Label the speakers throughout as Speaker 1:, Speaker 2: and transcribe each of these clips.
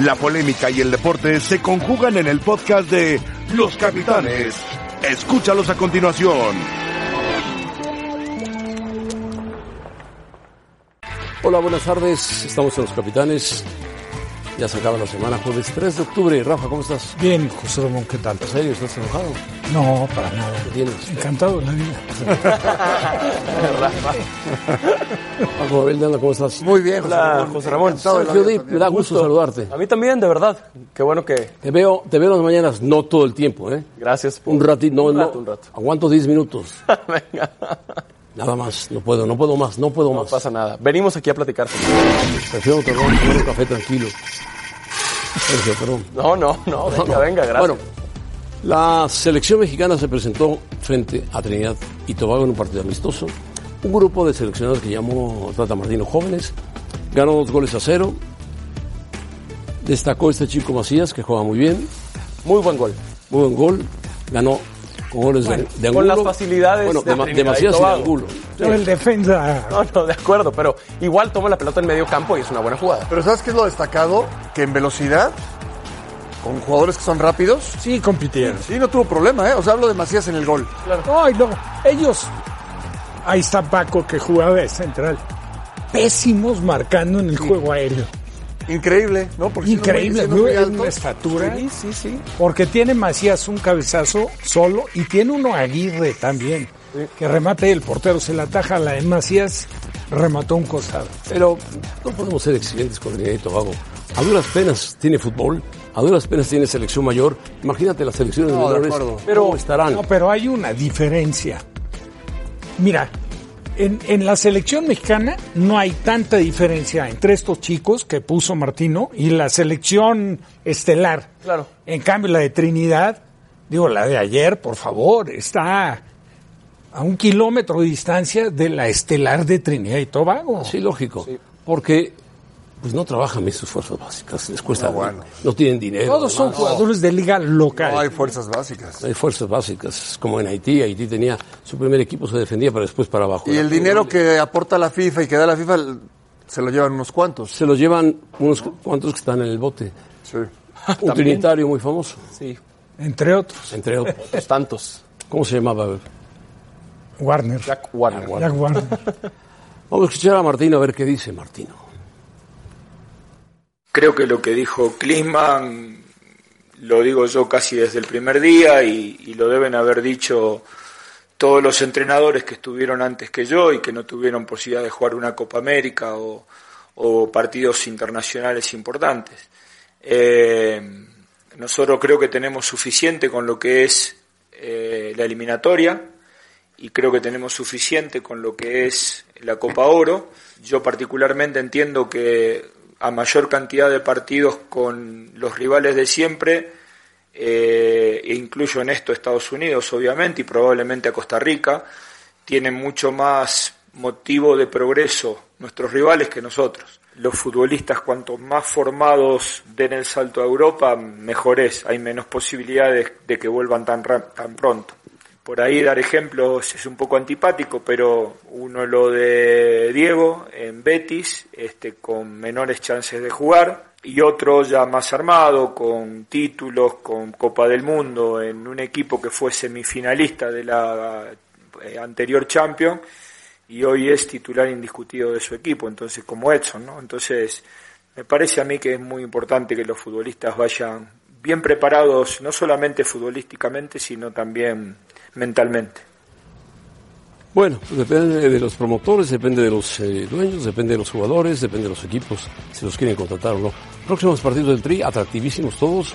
Speaker 1: La polémica y el deporte se conjugan en el podcast de Los Capitanes. Escúchalos a continuación.
Speaker 2: Hola, buenas tardes. Estamos en Los Capitanes. Ya se acaba la semana, jueves 3 de octubre. Rafa, ¿cómo estás?
Speaker 3: Bien, José Ramón, ¿qué tal?
Speaker 2: ¿En serio? ¿Estás enojado?
Speaker 3: No, para nada.
Speaker 2: ¿Qué tienes?
Speaker 3: Encantado de la vida.
Speaker 2: Paco Abel de Anda, ¿cómo estás?
Speaker 4: Muy bien, José
Speaker 5: Hola,
Speaker 4: Ramón.
Speaker 5: José Ramón.
Speaker 2: Sergio Dip, me da gusto saludarte.
Speaker 5: A mí también, de verdad. Qué bueno que.
Speaker 2: Te veo, te veo en las mañanas, no todo el tiempo, ¿eh?
Speaker 5: Gracias. por-
Speaker 2: Un ratito, no,
Speaker 5: Un
Speaker 2: no.
Speaker 5: rato, un rato.
Speaker 2: Aguanto 10 minutos.
Speaker 5: Venga,
Speaker 2: Nada más, no puedo, no puedo más, no puedo
Speaker 5: no
Speaker 2: más.
Speaker 5: pasa nada. Venimos aquí a platicar.
Speaker 2: Prefiero tomar tomar un café tranquilo. Sergio, perdón.
Speaker 5: No, no, no. Venga, venga, gracias.
Speaker 2: Bueno, la selección mexicana se presentó frente a Trinidad y Tobago en un partido amistoso. Un grupo de seleccionados que llamó Tata Martino Jóvenes ganó dos goles a cero. Destacó este chico Macías, que juega muy bien,
Speaker 5: muy buen gol.
Speaker 2: muy buen gol. Ganó con goles de, de
Speaker 5: con
Speaker 2: Angulo.
Speaker 5: las facilidades
Speaker 2: Bueno,
Speaker 5: de
Speaker 2: de, Ma- de
Speaker 5: Trinidad y
Speaker 2: Macías y de
Speaker 5: Tobago.
Speaker 2: Angulo.
Speaker 3: No, el defensa.
Speaker 5: No, no, de acuerdo, pero igual toma la pelota en medio campo y es una buena jugada.
Speaker 4: Pero ¿sabes qué es lo destacado? Que en velocidad, con jugadores que son rápidos,
Speaker 3: Sí, compitieron.
Speaker 4: sí no tuvo problema, ¿eh? O sea, hablo de Macías en el gol.
Speaker 3: Ay, no. Ellos. Ahí está Paco que jugaba de central. Pésimos marcando en el juego aéreo.
Speaker 4: Increíble, ¿no? Porque si no,
Speaker 3: Increíble,
Speaker 4: si no,
Speaker 3: ¿no?
Speaker 4: muy
Speaker 3: Es
Speaker 4: alto.
Speaker 3: una estatura.
Speaker 4: Sí, sí, sí.
Speaker 3: Porque tiene Macías un cabezazo solo y tiene uno Aguirre también. Que remate el portero, se la ataja la de Macías, remató un costado.
Speaker 2: Pero no podemos ser exigentes con Trinidad y Tobago. A duras penas tiene fútbol, a duras penas tiene selección mayor. Imagínate las selecciones
Speaker 4: No, de
Speaker 2: menores.
Speaker 4: acuerdo.
Speaker 2: Pero estarán.
Speaker 3: No, pero hay una diferencia. Mira, en, en la selección mexicana no hay tanta diferencia entre estos chicos que puso Martino y la selección estelar.
Speaker 5: Claro.
Speaker 3: En cambio, la de Trinidad, digo, la de ayer, por favor, está a un kilómetro de distancia de la estelar de Trinidad y Tobago.
Speaker 2: Sí, lógico. Porque pues no trabajan en sus fuerzas básicas, les cuesta. No,
Speaker 4: bueno.
Speaker 2: tienen dinero.
Speaker 3: Todos son
Speaker 2: además.
Speaker 3: jugadores de liga local.
Speaker 4: No hay fuerzas básicas.
Speaker 2: No Hay fuerzas básicas, como en Haití. Haití tenía su primer equipo, se defendía, pero después para abajo.
Speaker 4: Y el dinero que aporta la FIFA y que da la FIFA se lo llevan unos cuantos.
Speaker 2: Se lo llevan unos cu- cuantos que están en el bote.
Speaker 4: Sí.
Speaker 2: Un trinitario muy famoso,
Speaker 5: Sí,
Speaker 3: Entre otros,
Speaker 2: entre otros.
Speaker 5: los tantos.
Speaker 2: ¿Cómo se llamaba?
Speaker 3: Warner.
Speaker 5: Jack Warner.
Speaker 3: Jack Warner.
Speaker 2: Vamos a escuchar a Martino a ver qué dice Martino.
Speaker 6: Creo que lo que dijo Klinsmann lo digo yo casi desde el primer día y, y lo deben haber dicho todos los entrenadores que estuvieron antes que yo y que no tuvieron posibilidad de jugar una Copa América o, o partidos internacionales importantes. Eh, nosotros creo que tenemos suficiente con lo que es eh, la eliminatoria y creo que tenemos suficiente con lo que es la Copa Oro. Yo particularmente entiendo que a mayor cantidad de partidos con los rivales de siempre, eh, e incluyo en esto a Estados Unidos, obviamente, y probablemente a Costa Rica, tienen mucho más motivo de progreso nuestros rivales que nosotros. Los futbolistas, cuanto más formados den el salto a Europa, mejor es. Hay menos posibilidades de que vuelvan tan, ra- tan pronto. Por ahí dar ejemplos es un poco antipático, pero uno lo de Diego en Betis, este, con menores chances de jugar, y otro ya más armado, con títulos, con Copa del Mundo, en un equipo que fue semifinalista de la eh, anterior Champions, y hoy es titular indiscutido de su equipo, entonces como Edson, ¿no? Entonces, me parece a mí que es muy importante que los futbolistas vayan bien preparados, no solamente futbolísticamente, sino también mentalmente.
Speaker 2: Bueno, pues depende de los promotores, depende de los eh, dueños, depende de los jugadores, depende de los equipos, si los quieren contratar o no. Próximos partidos del Tri, atractivísimos todos.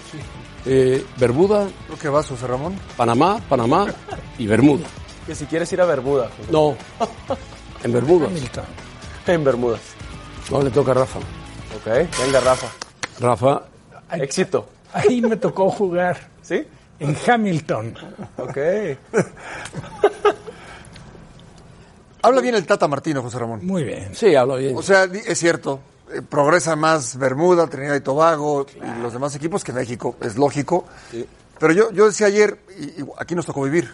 Speaker 2: Eh, Bermuda,
Speaker 4: Creo que vas, José Ramón.
Speaker 2: Panamá, Panamá y Bermuda.
Speaker 5: Que si quieres ir a Bermuda, José,
Speaker 2: No, en Bermuda.
Speaker 3: Hamilton.
Speaker 5: en Bermudas.
Speaker 2: No, le toca a Rafa.
Speaker 5: Ok, venga, Rafa.
Speaker 2: Rafa,
Speaker 5: Éxito.
Speaker 3: Ahí me tocó jugar.
Speaker 5: ¿Sí?
Speaker 3: En Hamilton.
Speaker 5: Ok.
Speaker 4: Habla bien el Tata Martino, José Ramón.
Speaker 3: Muy bien.
Speaker 2: sí, habla bien.
Speaker 4: O sea, di- es cierto, eh, progresa más Bermuda, Trinidad y Tobago y los demás equipos que México, es lógico. Pero yo, yo decía ayer, y- y aquí nos tocó vivir.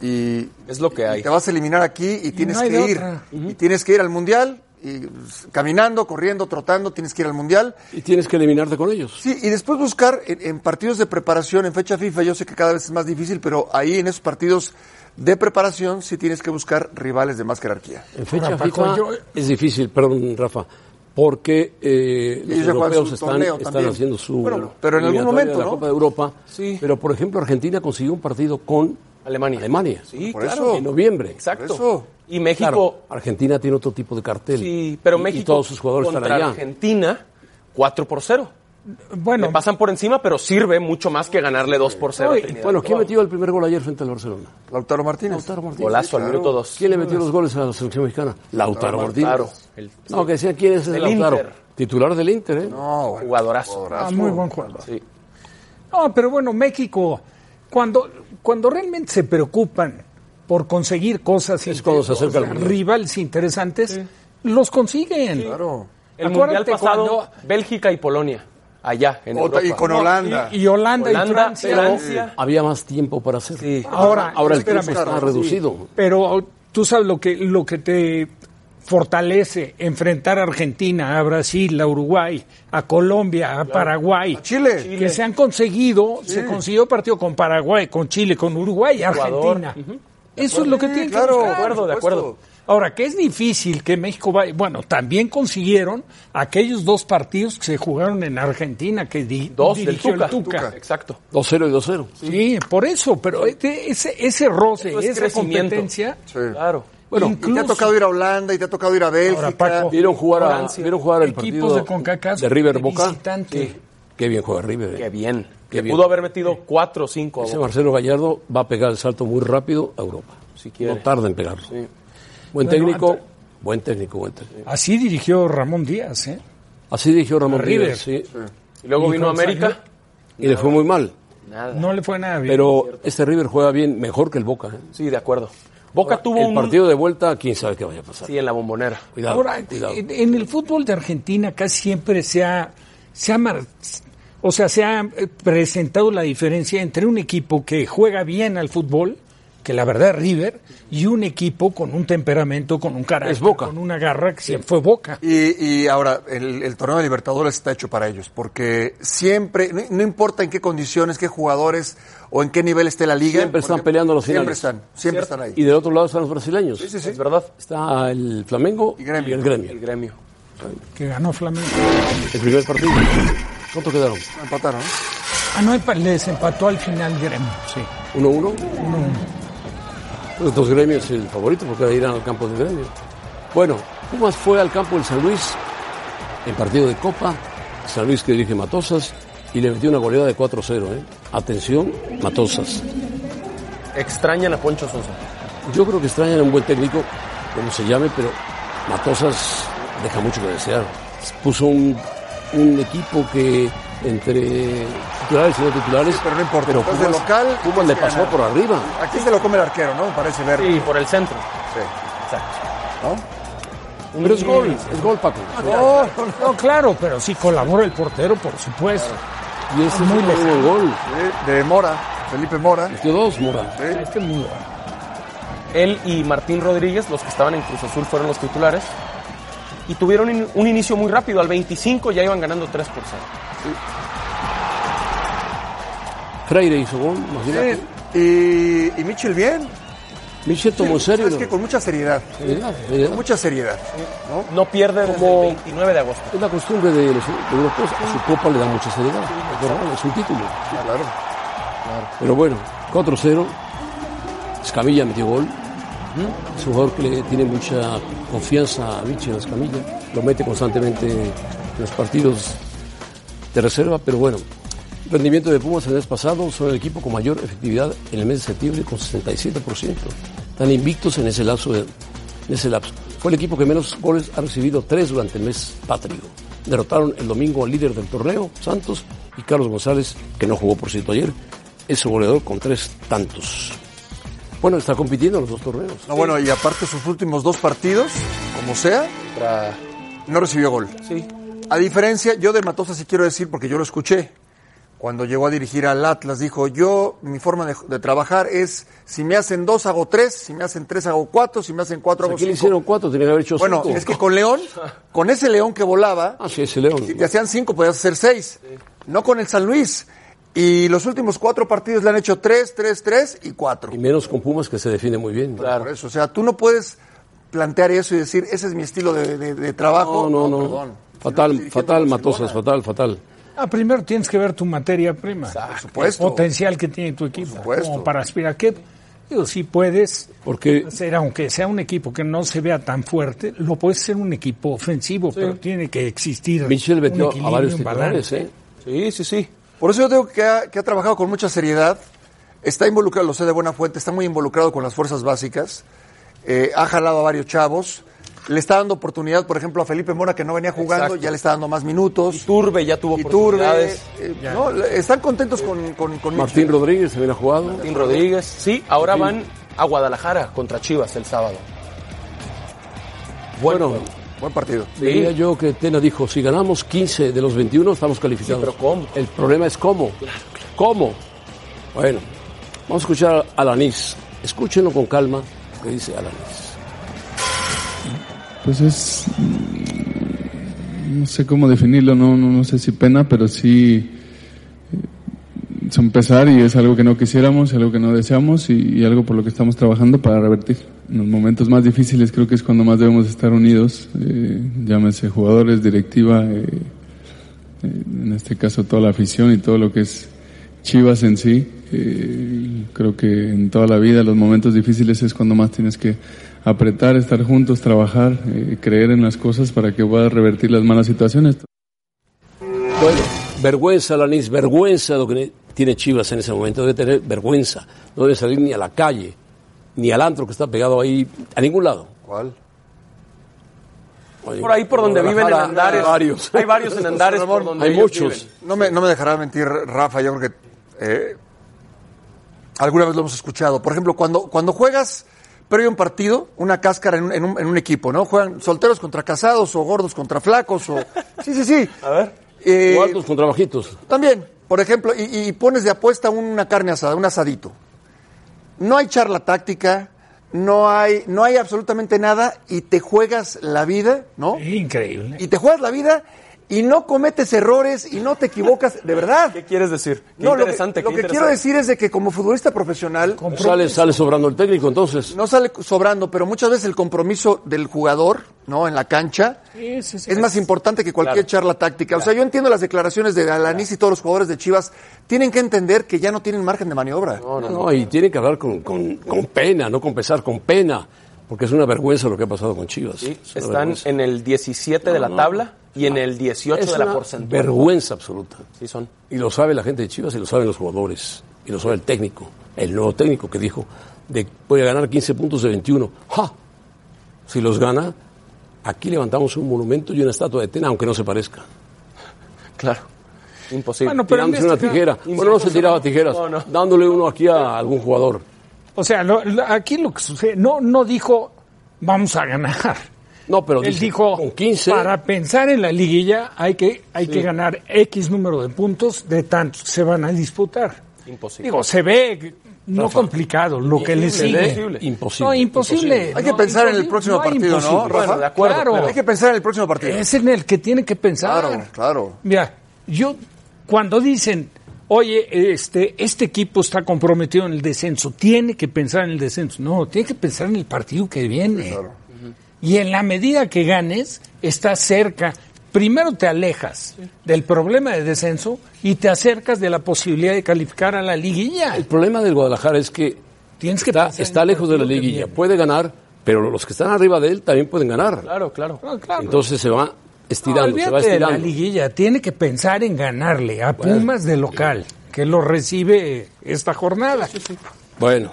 Speaker 4: Y
Speaker 5: Es lo que
Speaker 4: y
Speaker 5: hay.
Speaker 4: te vas a eliminar aquí y tienes
Speaker 3: hay
Speaker 4: que
Speaker 3: de
Speaker 4: ir.
Speaker 3: otra.
Speaker 4: Y tienes que ir al Mundial y pues, caminando, corriendo, trotando, tienes que ir al Mundial.
Speaker 2: Y tienes que eliminarte con ellos.
Speaker 4: Sí, y después buscar en, en partidos de preparación, en fecha FIFA, yo sé que cada vez es más difícil, pero ahí en esos partidos de preparación sí tienes que buscar rivales de más jerarquía.
Speaker 2: En fecha
Speaker 3: Ahora, Paco,
Speaker 2: FIFA
Speaker 5: eh,
Speaker 3: yo-
Speaker 2: es difícil, perdón, Rafa, porque eh, los
Speaker 4: ellos ya juegan
Speaker 2: europeos
Speaker 4: su
Speaker 2: están,
Speaker 4: torneo
Speaker 2: están
Speaker 4: también.
Speaker 2: haciendo su
Speaker 4: Bueno, pero en algún
Speaker 2: eliminatoria
Speaker 4: momento,
Speaker 2: de la
Speaker 4: ¿no?
Speaker 2: Copa de Europa.
Speaker 5: Sí.
Speaker 2: Pero por ejemplo, Argentina consiguió un partido con
Speaker 5: Alemania.
Speaker 2: Alemania.
Speaker 5: Sí,
Speaker 4: Por
Speaker 5: claro.
Speaker 4: eso.
Speaker 2: En noviembre.
Speaker 5: Exacto.
Speaker 4: Por eso.
Speaker 5: Y México.
Speaker 2: Claro, Argentina tiene otro tipo de cartel.
Speaker 5: Sí, pero
Speaker 2: Y- y
Speaker 5: México.
Speaker 2: todos sus jugadores
Speaker 5: contra
Speaker 2: están allá.
Speaker 5: Argentina, 4 por 0.
Speaker 3: Bueno,
Speaker 5: Le pasan por encima, pero sirve mucho más que ganarle 2 por 0.
Speaker 3: Oye,
Speaker 2: Bueno, ¿quién metió el primer gol ayer frente al Barcelona?
Speaker 4: Lautaro Martínez.
Speaker 2: Lautaro Martínez.
Speaker 5: Golazo al minuto 2.
Speaker 2: ¿Quién le metió los goles a la selección mexicana? Lautaro Martínez.
Speaker 5: Lautaro. El-
Speaker 2: No, que decía quién es el
Speaker 5: Del
Speaker 2: Lautaro.
Speaker 5: Inter.
Speaker 2: Titular del Inter, ¿eh?
Speaker 4: No, bueno,
Speaker 5: Jugadorazo.
Speaker 3: ah, muy buen jugador.
Speaker 5: Sí.
Speaker 3: No, pero bueno, México, cuando, cuando realmente se preocupan por conseguir cosas,
Speaker 2: Es cuando se acerca el Mundial.
Speaker 3: rivales interesantes, los consiguen.
Speaker 4: claro.
Speaker 5: El mundial
Speaker 3: Acuérdate
Speaker 5: pasado,
Speaker 3: cuando-
Speaker 5: Bélgica y Polonia. Allá, en
Speaker 4: Otra-
Speaker 5: Europa.
Speaker 4: y con Holanda.
Speaker 3: Y, y Holanda, y
Speaker 5: Holanda,
Speaker 3: Francia.
Speaker 5: Francia.
Speaker 2: Había más tiempo para hacer.
Speaker 5: Sí.
Speaker 3: Ahora,
Speaker 2: Ahora el
Speaker 3: espérame.
Speaker 2: tiempo está reducido.
Speaker 3: Pero tú sabes lo que, lo que te fortalece enfrentar a Argentina, a Brasil, a Uruguay, a Colombia, a Paraguay.
Speaker 4: A Chile.
Speaker 3: Que se han conseguido, se consiguió partido con Paraguay, con Chile, con Uruguay,
Speaker 5: Ecuador.
Speaker 3: Argentina. Eso es lo que
Speaker 4: Sí,
Speaker 3: tienen
Speaker 4: claro,
Speaker 3: que
Speaker 4: de
Speaker 3: buscar.
Speaker 5: acuerdo, de acuerdo.
Speaker 3: Ahora, que es difícil que México vaya. Bueno, también consiguieron aquellos dos partidos que se jugaron en Argentina, que di-
Speaker 5: Dos del
Speaker 3: dirigió
Speaker 5: Tuca.
Speaker 3: el Tuca.
Speaker 5: Exacto.
Speaker 2: 2-0 y 2-0.
Speaker 3: Sí, por eso, pero este- ese, ese roce,
Speaker 5: Eso es
Speaker 3: esa
Speaker 5: crecimiento.
Speaker 3: competencia.
Speaker 4: Sí.
Speaker 5: Claro.
Speaker 2: Bueno,
Speaker 4: Y te ha tocado ir a Holanda y te ha tocado ir a Bélgica.
Speaker 3: Paco.
Speaker 2: Vieron jugar, a,
Speaker 3: Francia.
Speaker 2: vieron jugar el
Speaker 3: Equipos
Speaker 2: partido
Speaker 3: de CONCACAF
Speaker 2: de River
Speaker 3: de
Speaker 2: Boca.
Speaker 3: visitante.
Speaker 2: Sí. Qué bien juega River. eh.
Speaker 5: Qué bien.
Speaker 2: Qué
Speaker 5: Le
Speaker 2: bien.
Speaker 5: Pudo haber metido 4 o 5
Speaker 2: Ese Marcelo Gallardo va a pegar el salto muy rápido a Europa.
Speaker 5: Si quiere.
Speaker 2: No tarda en pegarlo. Buen
Speaker 3: Bueno,
Speaker 2: técnico,
Speaker 3: antes-
Speaker 2: buen técnico, buen técnico.
Speaker 3: Así dirigió Ramón Díaz, ¿eh?
Speaker 2: Así dijo Ramón
Speaker 3: A River.
Speaker 2: River, sí.
Speaker 5: Y luego vino
Speaker 3: con
Speaker 5: América.
Speaker 2: Y le fue muy mal.
Speaker 5: Nada.
Speaker 3: No le fue nada bien.
Speaker 2: Pero este River juega bien, mejor que el Boca. ¿eh?
Speaker 5: Sí, de acuerdo. Boca tuvo
Speaker 2: el
Speaker 5: un
Speaker 2: partido de vuelta, quién sabe qué vaya a pasar.
Speaker 5: Sí, en la bombonera.
Speaker 2: Cuidado,
Speaker 3: Ahora,
Speaker 2: cuidado.
Speaker 3: en, en el fútbol de Argentina casi siempre se ha, se ha mar- o sea, se ha eh, presentado la diferencia entre un equipo que juega bien al fútbol, que la verdad es River, y un equipo con un temperamento, con un carácter,
Speaker 2: Es Boca.
Speaker 3: con una garra que se fue Boca.
Speaker 4: Y, y ahora, el, el torneo de Libertadores está hecho para ellos, porque siempre, no, no importa en qué condiciones, qué jugadores o en qué nivel esté la liga.
Speaker 2: Siempre están
Speaker 4: porque
Speaker 2: peleando los
Speaker 4: Siempre
Speaker 2: finales.
Speaker 4: están, siempre están ahí.
Speaker 2: Y del otro lado están los brasileños.
Speaker 5: Es verdad.
Speaker 2: Está el Flamengo
Speaker 4: Y Gremio.
Speaker 2: el Gremio.
Speaker 5: El gremio.
Speaker 3: Que ganó Flamengo.
Speaker 2: El primer partido. ¿Cuánto quedaron?
Speaker 4: Empataron. ¿no?
Speaker 3: Ah, no, empa- les empató al final Gremio, sí.
Speaker 2: ¿1-1? Los dos gremios el favorito porque irán al campo del gremio. Bueno, Pumas fue al campo del San Luis en partido de Copa. San Luis que dirige Matosas y le metió una goleada de 4-0. ¿eh? Atención, Matosas.
Speaker 5: Extrañan a Poncho Sosa.
Speaker 2: Yo creo que extrañan a un buen técnico, como se llame, pero Matosas deja mucho que desear. Puso un, un equipo que entre titulares y no titulares.
Speaker 4: pero no importa, estás de
Speaker 2: Pumas-
Speaker 4: local,
Speaker 2: Pumas le
Speaker 4: tienes que
Speaker 2: pasó
Speaker 4: ganar.
Speaker 2: por arriba.
Speaker 4: Aquí se lo come el arquero, ¿no? Me Parece ver.
Speaker 5: Sí, por el centro.
Speaker 4: Sí.
Speaker 5: Exacto.
Speaker 4: ¿No?
Speaker 2: Pero es gol, es gol, Paco.
Speaker 3: No, no, claro, pero sí colabora el portero, por supuesto.
Speaker 2: Y este es
Speaker 3: Muy
Speaker 2: un muy buen gol.
Speaker 4: Sí, De Mora, Felipe Mora.
Speaker 2: Metió dos, Mora.
Speaker 3: Este es muy bueno.
Speaker 5: Él y Martín Rodríguez, los que estaban en Cruz Azul, fueron los titulares. Y tuvieron in- un inicio muy rápido. Al 25 ya iban ganando 3 por 0.
Speaker 2: Freire hizo gol, imagínate.
Speaker 4: Sí, Y, y Mitchell bien.
Speaker 2: Michel tomó en serio.
Speaker 4: Es que con mucha seriedad.
Speaker 2: Seriedad, seriedad.
Speaker 4: Con mucha seriedad. ¿no?
Speaker 5: No pierde como
Speaker 2: Como-
Speaker 5: el 29 de agosto.
Speaker 2: Es la costumbre de los europeos. A su copa le da mucha seriedad. Es normal, es un título.
Speaker 4: Claro.
Speaker 2: Pero bueno, 4-0. Escamilla metió gol. Es un jugador que le tiene mucha confianza a Vichy en Escamilla. Lo mete constantemente en los partidos de reserva, pero bueno. Rendimiento de Pumas el mes pasado son el equipo con mayor efectividad en el mes de septiembre con 67%. Están invictos en ese lapso. de- en ese lapso. Fue el equipo que menos goles ha recibido, tres durante el mes patrio. Derrotaron el domingo al líder del torneo, Santos, y Carlos González, que no jugó por cierto ayer, es su goleador con tres tantos. Bueno, está compitiendo en los dos torneos.
Speaker 4: No, bueno, y aparte sus últimos dos partidos, como sea, no recibió gol.
Speaker 5: Sí.
Speaker 4: A diferencia, yo de Matosas sí quiero decir, porque yo lo escuché. cuando llegó a dirigir al Atlas, dijo, yo, mi forma de, de trabajar es, si me hacen dos, hago tres, si me hacen tres, hago cuatro, si me hacen cuatro, hago
Speaker 2: Aquí le
Speaker 4: cinco".
Speaker 2: hicieron cuatro, tenía que haber hecho
Speaker 4: Bueno,
Speaker 2: cinco.
Speaker 4: es que con León, con ese León que volaba,
Speaker 2: Ah, sí, ese León.
Speaker 4: si te hacían cinco, podías hacer seis. No con el San Luis. Y los últimos cuatro partidos le han hecho tres, tres, tres y cuatro.
Speaker 2: Y menos con Pumas, que se defiende muy bien.
Speaker 4: Por eso, o sea, tú no puedes plantear eso y decir, ese es mi estilo de, de- de trabajo.
Speaker 2: No, no, no.
Speaker 4: perdón. Si
Speaker 2: Fatal,
Speaker 4: no,
Speaker 2: fatal,
Speaker 4: dirigiendo
Speaker 2: Matosas,
Speaker 4: Barcelona,
Speaker 2: fatal, fatal.
Speaker 3: Ah, primero tienes que ver tu materia prima.
Speaker 4: Por supuesto.
Speaker 3: El potencial que tiene tu equipo.
Speaker 4: supuesto.
Speaker 3: Como para aspirar. Que, digo, si puedes
Speaker 2: Porque
Speaker 3: hacer, aunque sea un equipo que no se vea tan fuerte, lo puedes ser un equipo ofensivo, pero tiene que existir.
Speaker 2: Michel
Speaker 3: un
Speaker 2: metió a
Speaker 3: equilibrio,
Speaker 2: varios
Speaker 3: un
Speaker 2: titulares,
Speaker 3: balance.
Speaker 2: ¿eh?
Speaker 5: Sí, sí, sí.
Speaker 4: Por eso yo digo que ha, que ha trabajado con mucha seriedad, está involucrado, lo sé de buena fuente, está muy involucrado con las fuerzas básicas, eh, ha jalado a varios chavos, le está dando oportunidad, por ejemplo, a Felipe Mora que no venía jugando,
Speaker 5: Exacto.
Speaker 4: ya le está dando más minutos.
Speaker 5: Turbe ya tuvo
Speaker 4: Iturbe,
Speaker 5: oportunidades.
Speaker 4: eh, no, le- están contentos con, con, con
Speaker 2: Martín
Speaker 4: Michel.
Speaker 2: Rodríguez también ha jugado.
Speaker 5: Martín Rodríguez. Sí, ahora van a Guadalajara contra Chivas el sábado. Bueno,
Speaker 2: Bueno,
Speaker 4: Buen partido.
Speaker 2: diría yo que Tena dijo, si ganamos 15 de los 21 estamos calificados.
Speaker 5: Sí, pero ¿cómo?
Speaker 2: El problema es cómo. ¿Cómo? Bueno, vamos a escuchar a Alanis. Escúchenlo con calma, que dice Alanis.
Speaker 7: Pues es. mm, No sé cómo definirlo, no, no, no sé si pena, pero sí. eh, Es un pesar y es algo que no quisiéramos, algo que no deseamos y, y algo por lo que estamos trabajando para revertir. En los momentos más difíciles creo que es cuando más debemos estar unidos, eh, llámese jugadores, directiva, eh, eh, en este caso toda la afición y todo lo que es Chivas en sí. Eh, creo que en toda la vida los momentos difíciles es cuando más tienes que apretar, estar juntos, trabajar, eh, creer en las cosas para que puedas revertir las malas situaciones.
Speaker 2: Bueno, vergüenza Alanis, vergüenza lo que tiene Chivas en ese momento. Debe tener vergüenza. No debe salir ni a la calle, ni al antro que está pegado ahí, a ningún lado.
Speaker 4: ¿Cuál?
Speaker 2: Oye,
Speaker 5: por ahí por donde viven en
Speaker 2: Guadalajara,
Speaker 5: Andares.
Speaker 2: Hay varios.
Speaker 5: Hay varios en Andares por donde
Speaker 2: Hay
Speaker 5: ellos
Speaker 2: muchos.
Speaker 5: viven.
Speaker 4: No me, no me dejará mentir, Rafa, yo creo que eh, alguna vez lo hemos escuchado. Por ejemplo, cuando, cuando juegas previo a un partido, una cáscara en un, en un- en un equipo, ¿no? Juegan solteros contra casados o gordos contra flacos o... Sí, sí, sí. A ver.
Speaker 2: O altos con trabajitos.
Speaker 4: también, por ejemplo, y, y pones de apuesta una carne asada, un asadito. No hay charla táctica, no hay, no hay absolutamente nada y te juegas la vida, ¿no?
Speaker 3: Increíble.
Speaker 4: Y te juegas la vida y no cometes errores y no te equivocas, de verdad.
Speaker 5: ¿Qué quieres decir? Qué
Speaker 4: No, lo que,
Speaker 5: interesante.
Speaker 4: lo
Speaker 5: qué
Speaker 4: que quiero
Speaker 5: interesante.
Speaker 4: decir es de que como futbolista profesional
Speaker 2: Sale, sale sobrando el técnico entonces.
Speaker 4: no sale sobrando, pero muchas veces el compromiso del jugador, ¿no? En la cancha
Speaker 3: Sí, sí, sí.
Speaker 4: es más importante que cualquier
Speaker 5: Claro.
Speaker 4: charla táctica. O sea, yo entiendo las declaraciones de Alanis y todos los jugadores de Chivas tienen que entender que ya no tienen margen de maniobra.
Speaker 2: No, no, no, y tiene que hablar con, con- con pena, no con pesar, con pena, porque es una vergüenza lo que ha pasado con Chivas.
Speaker 5: Sí,
Speaker 2: Es una
Speaker 5: están
Speaker 2: vergüenza.
Speaker 5: en el 17 de la tabla y en el 18
Speaker 2: Es
Speaker 5: de la
Speaker 2: una
Speaker 5: porcentaje.
Speaker 2: vergüenza absoluta.
Speaker 5: Sí, son.
Speaker 2: Y lo sabe la gente de Chivas y lo saben los jugadores, y lo sabe el técnico, el nuevo técnico que dijo, de, voy a ganar 15 puntos de 21. ¡Ja! Si los gana, aquí levantamos un monumento y una estatua de Tena, aunque no se parezca.
Speaker 5: Claro. Imposible.
Speaker 3: Bueno, pero- en
Speaker 2: Tirándose una
Speaker 3: este
Speaker 2: tijera.
Speaker 5: caso-
Speaker 2: Bueno, no se tiraba tijeras,
Speaker 5: No, no.
Speaker 2: dándole uno aquí a algún jugador.
Speaker 3: O sea, lo- lo- aquí lo que sucede, no, no dijo vamos a ganar.
Speaker 2: No, pero
Speaker 3: Él
Speaker 2: dice,
Speaker 3: dijo,
Speaker 2: con 15...
Speaker 3: para pensar en la liguilla hay que, hay que ganar X número de puntos de tantos que se van a disputar.
Speaker 5: Imposible.
Speaker 3: Digo, se ve no
Speaker 2: Rafa.
Speaker 3: complicado lo que le
Speaker 2: Imposible,
Speaker 3: sigue.
Speaker 2: imposible.
Speaker 3: No, imposible.
Speaker 4: Hay que
Speaker 3: No,
Speaker 4: pensar en el
Speaker 3: imposible.
Speaker 4: próximo
Speaker 3: hay
Speaker 4: partido, ¿no,
Speaker 3: imposible.
Speaker 4: Rafa?
Speaker 3: Bueno, de acuerdo. Claro.
Speaker 4: Hay que pensar en el próximo partido.
Speaker 3: Es en el que tiene que pensar.
Speaker 4: Claro, claro.
Speaker 3: Mira, yo cuando dicen, oye, este, este equipo está comprometido en el descenso, tiene que pensar en el descenso. No, tiene que pensar en el partido que viene. Y en la medida que ganes, estás cerca. Primero te alejas del problema de descenso y te acercas de la posibilidad de calificar a la liguilla.
Speaker 2: El problema del Guadalajara es que,
Speaker 3: Tienes que
Speaker 2: está,
Speaker 3: pensar en
Speaker 2: está
Speaker 3: el
Speaker 2: lejos de la
Speaker 3: partido que
Speaker 2: liguilla.
Speaker 3: viene.
Speaker 2: Puede ganar, pero los que están arriba de él también pueden ganar.
Speaker 5: Claro, claro.
Speaker 3: Ah, claro.
Speaker 2: Entonces se va estirando, se va
Speaker 3: olvídate de la
Speaker 2: estirando.
Speaker 3: liguilla, tiene que pensar en ganarle a Pumas de local, que lo recibe esta jornada.
Speaker 2: Bueno,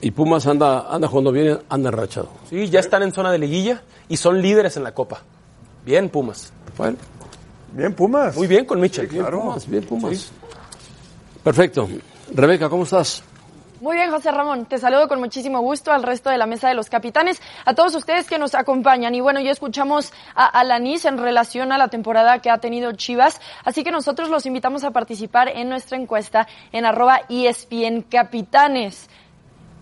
Speaker 2: y Pumas anda, anda cuando viene, anda enrachado.
Speaker 5: Sí, ya están en zona de liguilla y son líderes en la Copa. Bien, Pumas.
Speaker 2: Bueno,
Speaker 4: Bien, Pumas.
Speaker 5: Muy bien con Mitchell.
Speaker 2: bien Pumas, bien Pumas. Perfecto. Rebeca, ¿cómo estás?
Speaker 8: Muy bien, José Ramón. Te saludo con muchísimo gusto al resto de la mesa de los capitanes, a todos ustedes que nos acompañan. Y bueno, ya escuchamos a Alanis en relación a la temporada que ha tenido Chivas. Así que nosotros los invitamos a participar en nuestra encuesta en arroba E ESPN Capitanes.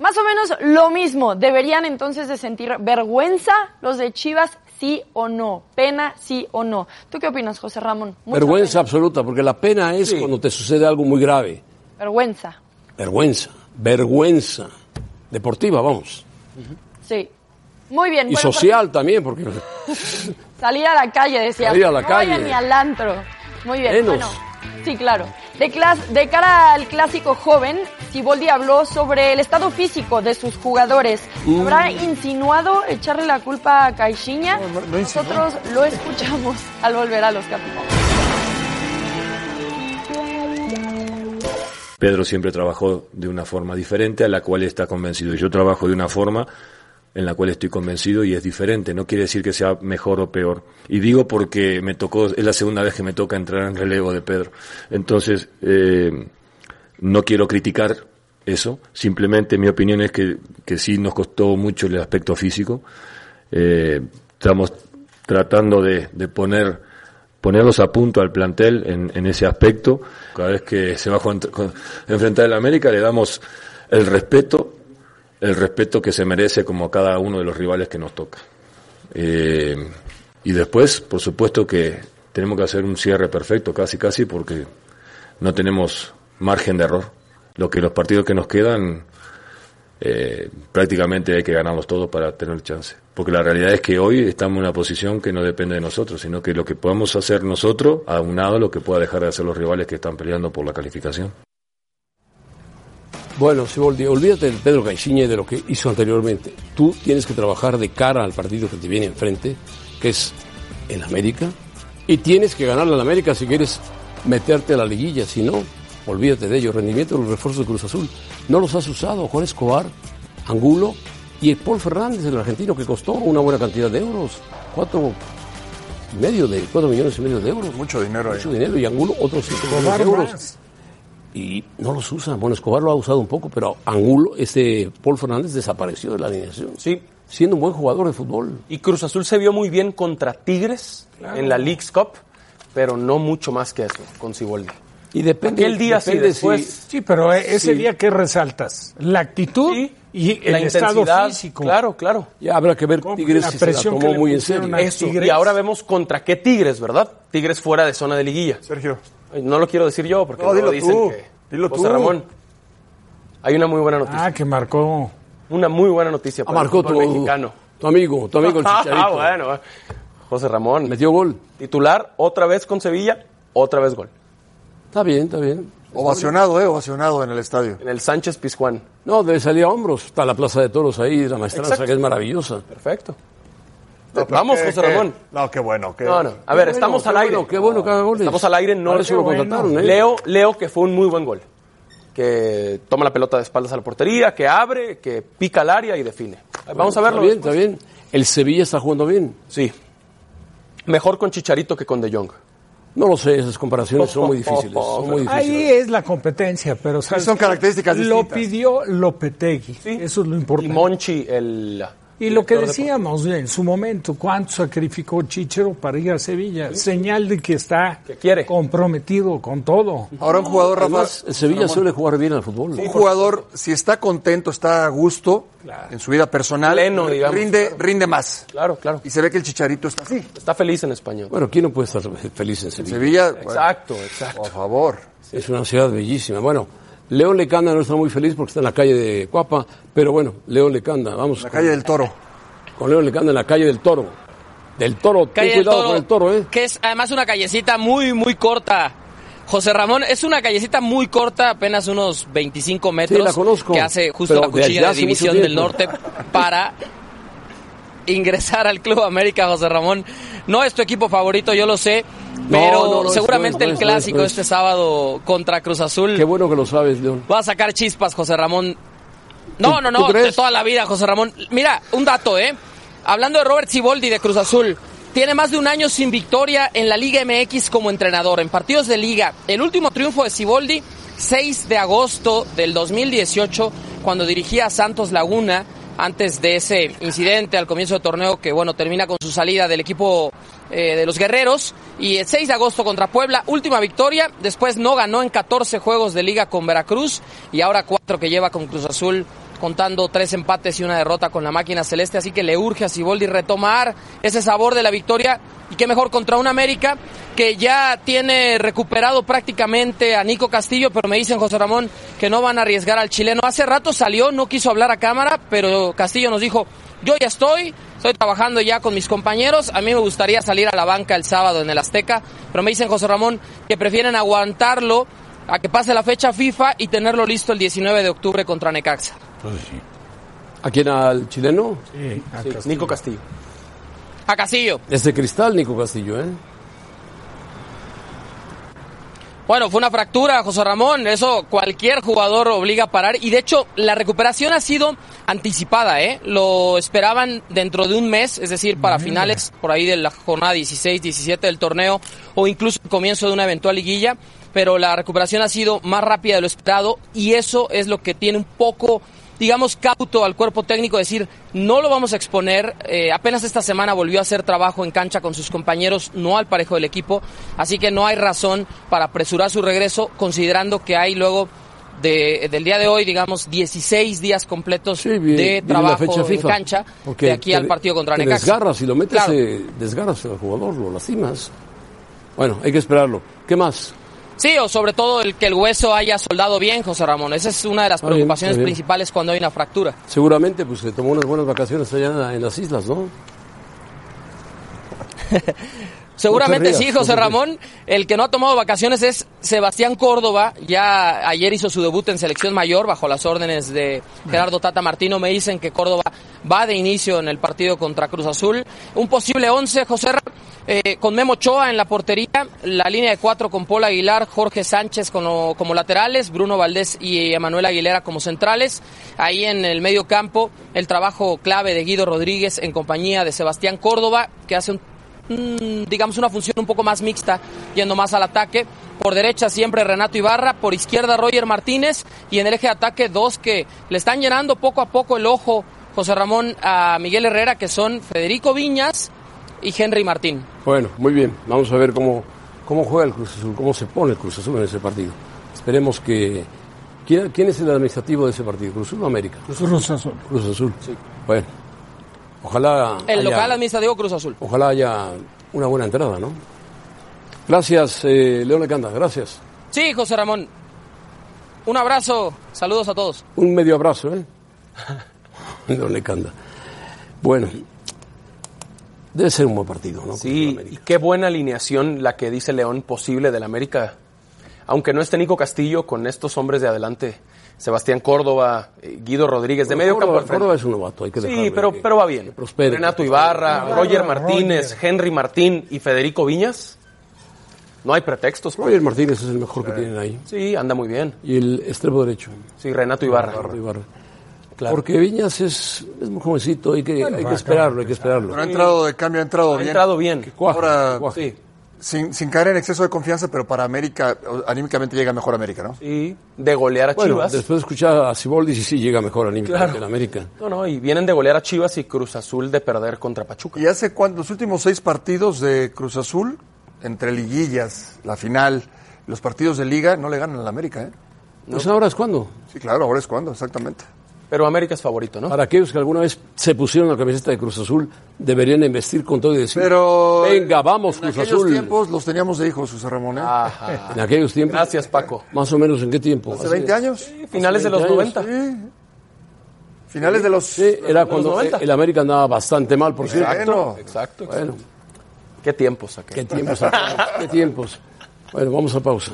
Speaker 8: Más o menos lo mismo. ¿Deberían entonces de sentir vergüenza los de Chivas? Sí o no. Pena, sí o no. ¿Tú qué opinas, José Ramón? Mucha
Speaker 2: vergüenza absoluta, porque la pena es cuando te sucede algo muy grave.
Speaker 8: pena. Vergüenza.
Speaker 2: Vergüenza, vergüenza. Deportiva, vamos.
Speaker 8: Sí. Muy bien.
Speaker 2: Y
Speaker 8: bueno, pues-
Speaker 2: social también, porque
Speaker 8: Salir a la calle, decía.
Speaker 2: Salir a la
Speaker 8: no
Speaker 2: calle.
Speaker 8: vayan ni al antro. Muy bien.
Speaker 2: Menos.
Speaker 8: Bueno, sí, claro. De, clas- de cara al clásico joven, Siboldi habló sobre el estado físico de sus jugadores.
Speaker 2: Uh.
Speaker 9: Mm.
Speaker 8: ¿Habrá insinuado echarle la culpa a Caixinha? Nosotros lo escuchamos al volver a los capitanes.
Speaker 10: Pedro siempre trabajó de una forma diferente a la cual está convencido. Y Yo trabajo de una forma en la cual estoy convencido y es diferente. No quiere decir que sea mejor o peor. Y digo porque me tocó, es la segunda vez que me toca entrar en relevo de Pedro. Entonces, eh, no quiero criticar eso. Simplemente mi opinión es que, que sí nos costó mucho el aspecto físico. Eh, estamos tratando de, de poner ponerlos a punto al plantel en, en ese aspecto. Cada vez que se va a juan- con- enfrentar el América le damos el respeto, el respeto que se merece como cada uno de los rivales que nos toca. Eh, y después, por supuesto que tenemos que hacer un cierre perfecto, casi casi, porque no tenemos margen de error. Lo que los partidos que nos quedan, eh, prácticamente hay que ganarlos todos para tener chance. Porque la realidad es que hoy estamos en una posición que no depende de nosotros, sino que lo que podamos hacer nosotros, aunado a lo que pueda dejar de hacer los rivales que están peleando por la calificación.
Speaker 2: Bueno, Siboldi, olvídate del Pedro Caixinha y de lo que hizo anteriormente. Tú tienes que trabajar de cara al partido que te viene enfrente, que es el América, y tienes que ganarle al América si quieres meterte a la liguilla. Si no, olvídate de ello. Rendimiento de los refuerzos de Cruz Azul. No los has usado. Juan Escobar, Angulo y el Paul Fernández, el argentino, que costó una buena cantidad de euros. Cuatro y medio de cuatro millones y medio de euros.
Speaker 4: Mucho dinero.
Speaker 2: Mucho dinero y Angulo otros cinco millones de euros y no los usan. Bueno, Escobar lo ha usado un poco, pero Angulo, este Paul Fernández desapareció de la alineación.
Speaker 5: Sí.
Speaker 2: Siendo un buen jugador de fútbol.
Speaker 5: Y Cruz Azul se vio muy bien contra Tigres
Speaker 2: Claro.
Speaker 5: pues, en la Leagues Cup, pero no mucho más que eso con Siboldi.
Speaker 2: Y depende.
Speaker 5: Aquel día sí,
Speaker 3: depende
Speaker 5: después.
Speaker 3: Sí, pero eh, ese
Speaker 5: Sí.
Speaker 3: día que resaltas, la actitud y el
Speaker 5: la
Speaker 3: estado
Speaker 5: intensidad,
Speaker 3: físico.
Speaker 5: Claro, claro.
Speaker 2: Ya habrá que ver Tigres
Speaker 3: la
Speaker 2: si se la
Speaker 3: presión que
Speaker 2: tomó
Speaker 3: le
Speaker 2: muy en
Speaker 3: pusieron
Speaker 2: serio.
Speaker 3: a
Speaker 5: Eso.
Speaker 3: Tigres.
Speaker 5: Y ahora vemos contra qué Tigres, ¿verdad? Tigres fuera de zona de liguilla.
Speaker 4: Sergio.
Speaker 5: No lo quiero decir yo porque
Speaker 4: No,
Speaker 5: luego
Speaker 4: dilo
Speaker 5: dicen
Speaker 4: tú,
Speaker 5: que
Speaker 4: dilo
Speaker 5: José
Speaker 4: tú.
Speaker 5: Ramón. Hay una muy buena noticia.
Speaker 3: Ah, que marcó.
Speaker 5: Una muy buena noticia
Speaker 2: Ah,
Speaker 5: para
Speaker 2: marcó
Speaker 5: el
Speaker 2: tu,
Speaker 5: fútbol mexicano.
Speaker 2: tu amigo, tu amigo el Chicharito.
Speaker 5: Ah, bueno. José Ramón.
Speaker 2: Metió gol.
Speaker 5: Titular, otra vez con Sevilla, otra vez gol.
Speaker 2: Está bien, está bien.
Speaker 4: Ovacionado, ¿eh? Ovacionado en el estadio.
Speaker 5: En el Sánchez Pizjuán.
Speaker 2: No, debe salir a hombros. Está la Plaza de Toros ahí, la maestranza,
Speaker 5: Exacto.
Speaker 2: que es maravillosa.
Speaker 5: Perfecto. Vamos,
Speaker 4: Qué-
Speaker 5: José
Speaker 4: qué-
Speaker 5: Ramón.
Speaker 4: No, qué bueno. Qué,
Speaker 5: No, no. A ver,
Speaker 2: Qué
Speaker 5: estamos
Speaker 2: bueno,
Speaker 5: al
Speaker 2: qué
Speaker 5: aire.
Speaker 2: bueno, qué bueno que haga goles.
Speaker 5: Estamos al aire, no.
Speaker 2: Para eso lo
Speaker 5: Qué
Speaker 2: contrataron, ¿eh?
Speaker 5: Leo, Leo, que fue un muy buen gol. Que toma la pelota de espaldas a la portería, que abre, que pica al área y define. Vamos a verlo.
Speaker 2: Está bien,
Speaker 5: después.
Speaker 2: está bien. El Sevilla está jugando bien.
Speaker 5: Sí. Mejor con Chicharito que con De Jong.
Speaker 2: No lo sé, esas comparaciones son muy difíciles. Son Oh, muy difíciles.
Speaker 3: Ahí es la competencia, pero ¿sabes
Speaker 4: son
Speaker 3: qué?
Speaker 4: características
Speaker 3: Lo
Speaker 4: distintas.
Speaker 3: pidió Lopetegui, eso es lo
Speaker 5: Y
Speaker 3: importante.
Speaker 5: Monchi, el.
Speaker 3: Y lo que
Speaker 5: director de-
Speaker 3: decíamos en su momento, cuánto sacrificó Chichero para ir a Sevilla, señal de que está
Speaker 5: Que quiere.
Speaker 3: comprometido con todo.
Speaker 4: Ahora un jugador, Rafa,
Speaker 2: Además, el Sevilla suele jugar bien al fútbol.
Speaker 4: un jugador, si está contento, está a gusto en su vida personal,
Speaker 5: Pleno, digamos,
Speaker 4: rinde, rinde más.
Speaker 5: Claro, claro.
Speaker 4: Y se ve que el chicharito está así.
Speaker 5: Está feliz en español.
Speaker 2: Bueno, ¿quién no puede estar feliz en Sevilla?
Speaker 4: Sevilla, bueno,
Speaker 5: Exacto, exacto.
Speaker 4: por favor.
Speaker 2: Es una ciudad bellísima. Bueno, León Lecanda no está muy feliz porque está en la calle de Cuapa, pero bueno, León Lecanda, vamos
Speaker 4: La
Speaker 2: con,
Speaker 4: calle del toro.
Speaker 2: con León Lecanda en la calle del Toro. Del Toro,
Speaker 11: Calle
Speaker 2: ten
Speaker 11: del
Speaker 2: cuidado
Speaker 11: Toro,
Speaker 2: con el Toro, ¿eh?
Speaker 11: Que es además una callecita muy, muy corta. José Ramón, es una callecita muy corta, apenas unos 25 metros.
Speaker 2: Sí, la conozco,
Speaker 11: Que hace justo
Speaker 2: pero
Speaker 11: la cuchilla
Speaker 2: desde
Speaker 11: de
Speaker 2: hace mucho
Speaker 11: División del
Speaker 2: tiempo.
Speaker 11: Norte para ingresar al Club América, José Ramón. No es tu equipo favorito, yo lo sé.
Speaker 2: No,
Speaker 11: Pero
Speaker 2: no, no es,
Speaker 11: seguramente
Speaker 2: no es, no es, no
Speaker 11: el
Speaker 2: es,
Speaker 11: clásico
Speaker 2: no es.
Speaker 11: este sábado contra Cruz Azul
Speaker 2: Qué bueno que lo sabes, León.
Speaker 11: va a sacar chispas, José Ramón. No,
Speaker 2: ¿Tú-
Speaker 11: no,
Speaker 2: tú
Speaker 11: no,
Speaker 2: crees?
Speaker 11: de toda la vida, José Ramón. Mira, un dato, ¿eh? Hablando de Robert Ciboldi de Cruz Azul, tiene más de un año sin victoria en la Liga MX como entrenador, en partidos de liga. El último triunfo de Ciboldi, 6 de agosto del 2018, cuando dirigía a Santos Laguna, antes de ese incidente al comienzo del torneo que bueno termina con su salida del equipo eh, de los guerreros y el 6 de agosto contra Puebla última victoria después no ganó en 14 juegos de liga con Veracruz y ahora cuatro que lleva con Cruz Azul contando tres empates y una derrota con la máquina celeste así que le urge a Siboldi retomar ese sabor de la victoria y qué mejor contra un América que ya tiene recuperado prácticamente a Nico Castillo, pero me dicen José Ramón que no van a arriesgar al chileno. Hace rato salió, no quiso hablar a cámara, pero Castillo nos dijo, yo ya estoy, estoy trabajando ya con mis compañeros, a mí me gustaría salir a la banca el sábado en el Azteca, pero me dicen José Ramón que prefieren aguantarlo a que pase la fecha FIFA y tenerlo listo el 19 de octubre contra Necaxa.
Speaker 2: ¿A quién? ¿Al chileno?
Speaker 3: Ah, Sí, a
Speaker 2: Sí,
Speaker 3: Castillo.
Speaker 5: Nico Castillo.
Speaker 11: A Castillo.
Speaker 2: Ese cristal, Nico Castillo, ¿eh?
Speaker 11: Bueno, fue una fractura, José Ramón. Eso cualquier jugador obliga a parar. Y de hecho, la recuperación ha sido anticipada, ¿eh? Lo esperaban dentro de un mes, es decir, para finales por ahí de la jornada 16, 17 del torneo o incluso el comienzo de una eventual liguilla. Pero la recuperación ha sido más rápida de lo esperado y eso es lo que tiene un poco digamos, cauto al cuerpo técnico, decir, no lo vamos a exponer. Eh, apenas esta semana volvió a hacer trabajo en cancha con sus compañeros, no al parejo del equipo, así que no hay razón para apresurar su regreso, considerando que hay luego de- del día de hoy, digamos, 16 días completos
Speaker 2: Sí, vi- vi
Speaker 11: de
Speaker 2: la
Speaker 11: trabajo
Speaker 2: fecha
Speaker 11: en
Speaker 2: FIFA,
Speaker 11: cancha,
Speaker 2: porque
Speaker 11: de aquí
Speaker 2: te-
Speaker 11: al partido contra
Speaker 2: te
Speaker 11: Necaxa.
Speaker 2: desgarras, si lo metes,
Speaker 11: Claro.
Speaker 2: eh, desgarras al jugador, lo lastimas. Bueno, hay que esperarlo. ¿Qué más?
Speaker 11: Sí, o sobre todo el que el hueso haya soldado bien, José Ramón. Esa es una de las
Speaker 2: Está bien,
Speaker 11: preocupaciones
Speaker 2: está bien.
Speaker 11: principales cuando hay una fractura.
Speaker 2: Seguramente, pues se tomó unas buenas vacaciones allá en la- en las islas, ¿no?
Speaker 11: Seguramente
Speaker 2: No te rías,
Speaker 11: sí, José
Speaker 2: no te
Speaker 11: Ramón. El que no ha tomado vacaciones es Sebastián Córdoba. Ya ayer hizo su debut en selección mayor bajo las órdenes de Gerardo Tata Martino. Me dicen que Córdoba va de inicio en el partido contra Cruz Azul. Un posible 11, José Ramón. eh, con Memo Ochoa en la portería, la línea de cuatro con Paul Aguilar, Jorge Sánchez como, como laterales, Bruno Valdés y Emanuel Aguilera como centrales. Ahí en el medio campo, el trabajo clave de Guido Rodríguez en compañía de Sebastián Córdoba, que hace un mm, digamos, una función un poco más mixta, yendo más al ataque. Por derecha siempre Renato Ibarra, por izquierda Roger Martínez y en el eje de ataque dos que le están llenando poco a poco el ojo José Ramón a Miguel Herrera, que son Federico Viñas y Henry Martín.
Speaker 2: Bueno, muy bien. Vamos a ver cómo, cómo juega el Cruz Azul, cómo se pone el Cruz Azul en ese partido. Esperemos que... ¿Quién, quién es el administrativo de ese partido? ¿Cruz Azul o América?
Speaker 3: Cruz Azul.
Speaker 2: Cruz Azul. Bueno, ojalá...
Speaker 11: El
Speaker 2: haya-
Speaker 11: local administrativo Cruz Azul.
Speaker 2: Ojalá haya una buena entrada, ¿no? Gracias, eh, León Alcántara, gracias.
Speaker 11: Sí, José Ramón. Un abrazo, saludos a todos.
Speaker 2: Un medio abrazo, ¿eh? León Alcántara. Bueno, debe ser un buen partido, ¿no?
Speaker 5: Sí,
Speaker 2: Contra
Speaker 5: y
Speaker 2: América.
Speaker 5: qué buena alineación la que dice León posible del América. Aunque no esté Nico Castillo, con estos hombres de adelante, Sebastián Córdoba, eh, Guido Rodríguez, de medio
Speaker 2: Córdoba,
Speaker 5: campo al frente.
Speaker 2: Córdoba es un novato, hay que
Speaker 5: Sí,
Speaker 2: dejarlo
Speaker 5: pero,
Speaker 2: que-
Speaker 5: pero va
Speaker 2: que
Speaker 5: bien.
Speaker 2: prospere.
Speaker 5: Renato Ibarra, Roger Martínez, Henry Martín y Federico Viñas. No hay pretextos. pues.
Speaker 2: Roger Martínez es el mejor que tienen ahí.
Speaker 5: Sí, anda muy bien.
Speaker 2: Y el extremo derecho,
Speaker 5: Sí, Renato Ibarra.
Speaker 2: Ibarra.
Speaker 5: Claro.
Speaker 2: Porque Viñas es, es muy jovencito, hay que, hay que esperarlo, hay que esperarlo.
Speaker 4: Pero ha entrado de cambio, ha entrado
Speaker 5: Ha
Speaker 4: bien.
Speaker 5: entrado bien.
Speaker 2: Cuaja,
Speaker 4: Ahora-
Speaker 2: cuaja.
Speaker 5: Sí.
Speaker 4: Sin, sin caer en exceso de confianza, pero para América, o- anímicamente llega mejor América, ¿no?
Speaker 5: Y de golear a
Speaker 2: Bueno,
Speaker 5: Chivas.
Speaker 2: después de escuchar a Ciboldi, sí, sí llega mejor anímico
Speaker 5: Claro.
Speaker 2: que en América.
Speaker 5: No, no, y vienen de golear a Chivas y Cruz Azul de perder contra Pachuca.
Speaker 4: ¿Y hace cuánto? Los últimos seis partidos de Cruz Azul, entre liguillas, la final, los partidos de liga, no le ganan al América, ¿eh?
Speaker 2: Pues ahora es cuando.
Speaker 4: Sí, claro, ahora es cuando, exactamente.
Speaker 5: Pero América es favorito, ¿no?
Speaker 2: Para aquellos que alguna vez se pusieron la camiseta de Cruz Azul, deberían investir con todo y decir,
Speaker 4: Pero.
Speaker 2: venga, vamos Cruz
Speaker 4: en aquellos
Speaker 2: Azul.
Speaker 4: tiempos los teníamos de hijos, José Ramón, ¿eh?
Speaker 5: Ajá.
Speaker 2: En aquellos tiempos.
Speaker 5: Gracias, Paco.
Speaker 2: Más o menos, ¿en qué tiempo?
Speaker 4: ¿Hace 20 años?
Speaker 5: Finales de los 90.
Speaker 4: Sí. Finales de los.
Speaker 2: Sí, era cuando
Speaker 5: 90.
Speaker 2: el América andaba bastante mal, por cierto.
Speaker 4: Bueno,
Speaker 5: Exacto.
Speaker 2: Bueno,
Speaker 5: ¿Qué tiempos aquel?
Speaker 2: qué tiempos, aquellos, qué tiempos. Bueno, vamos a pausa.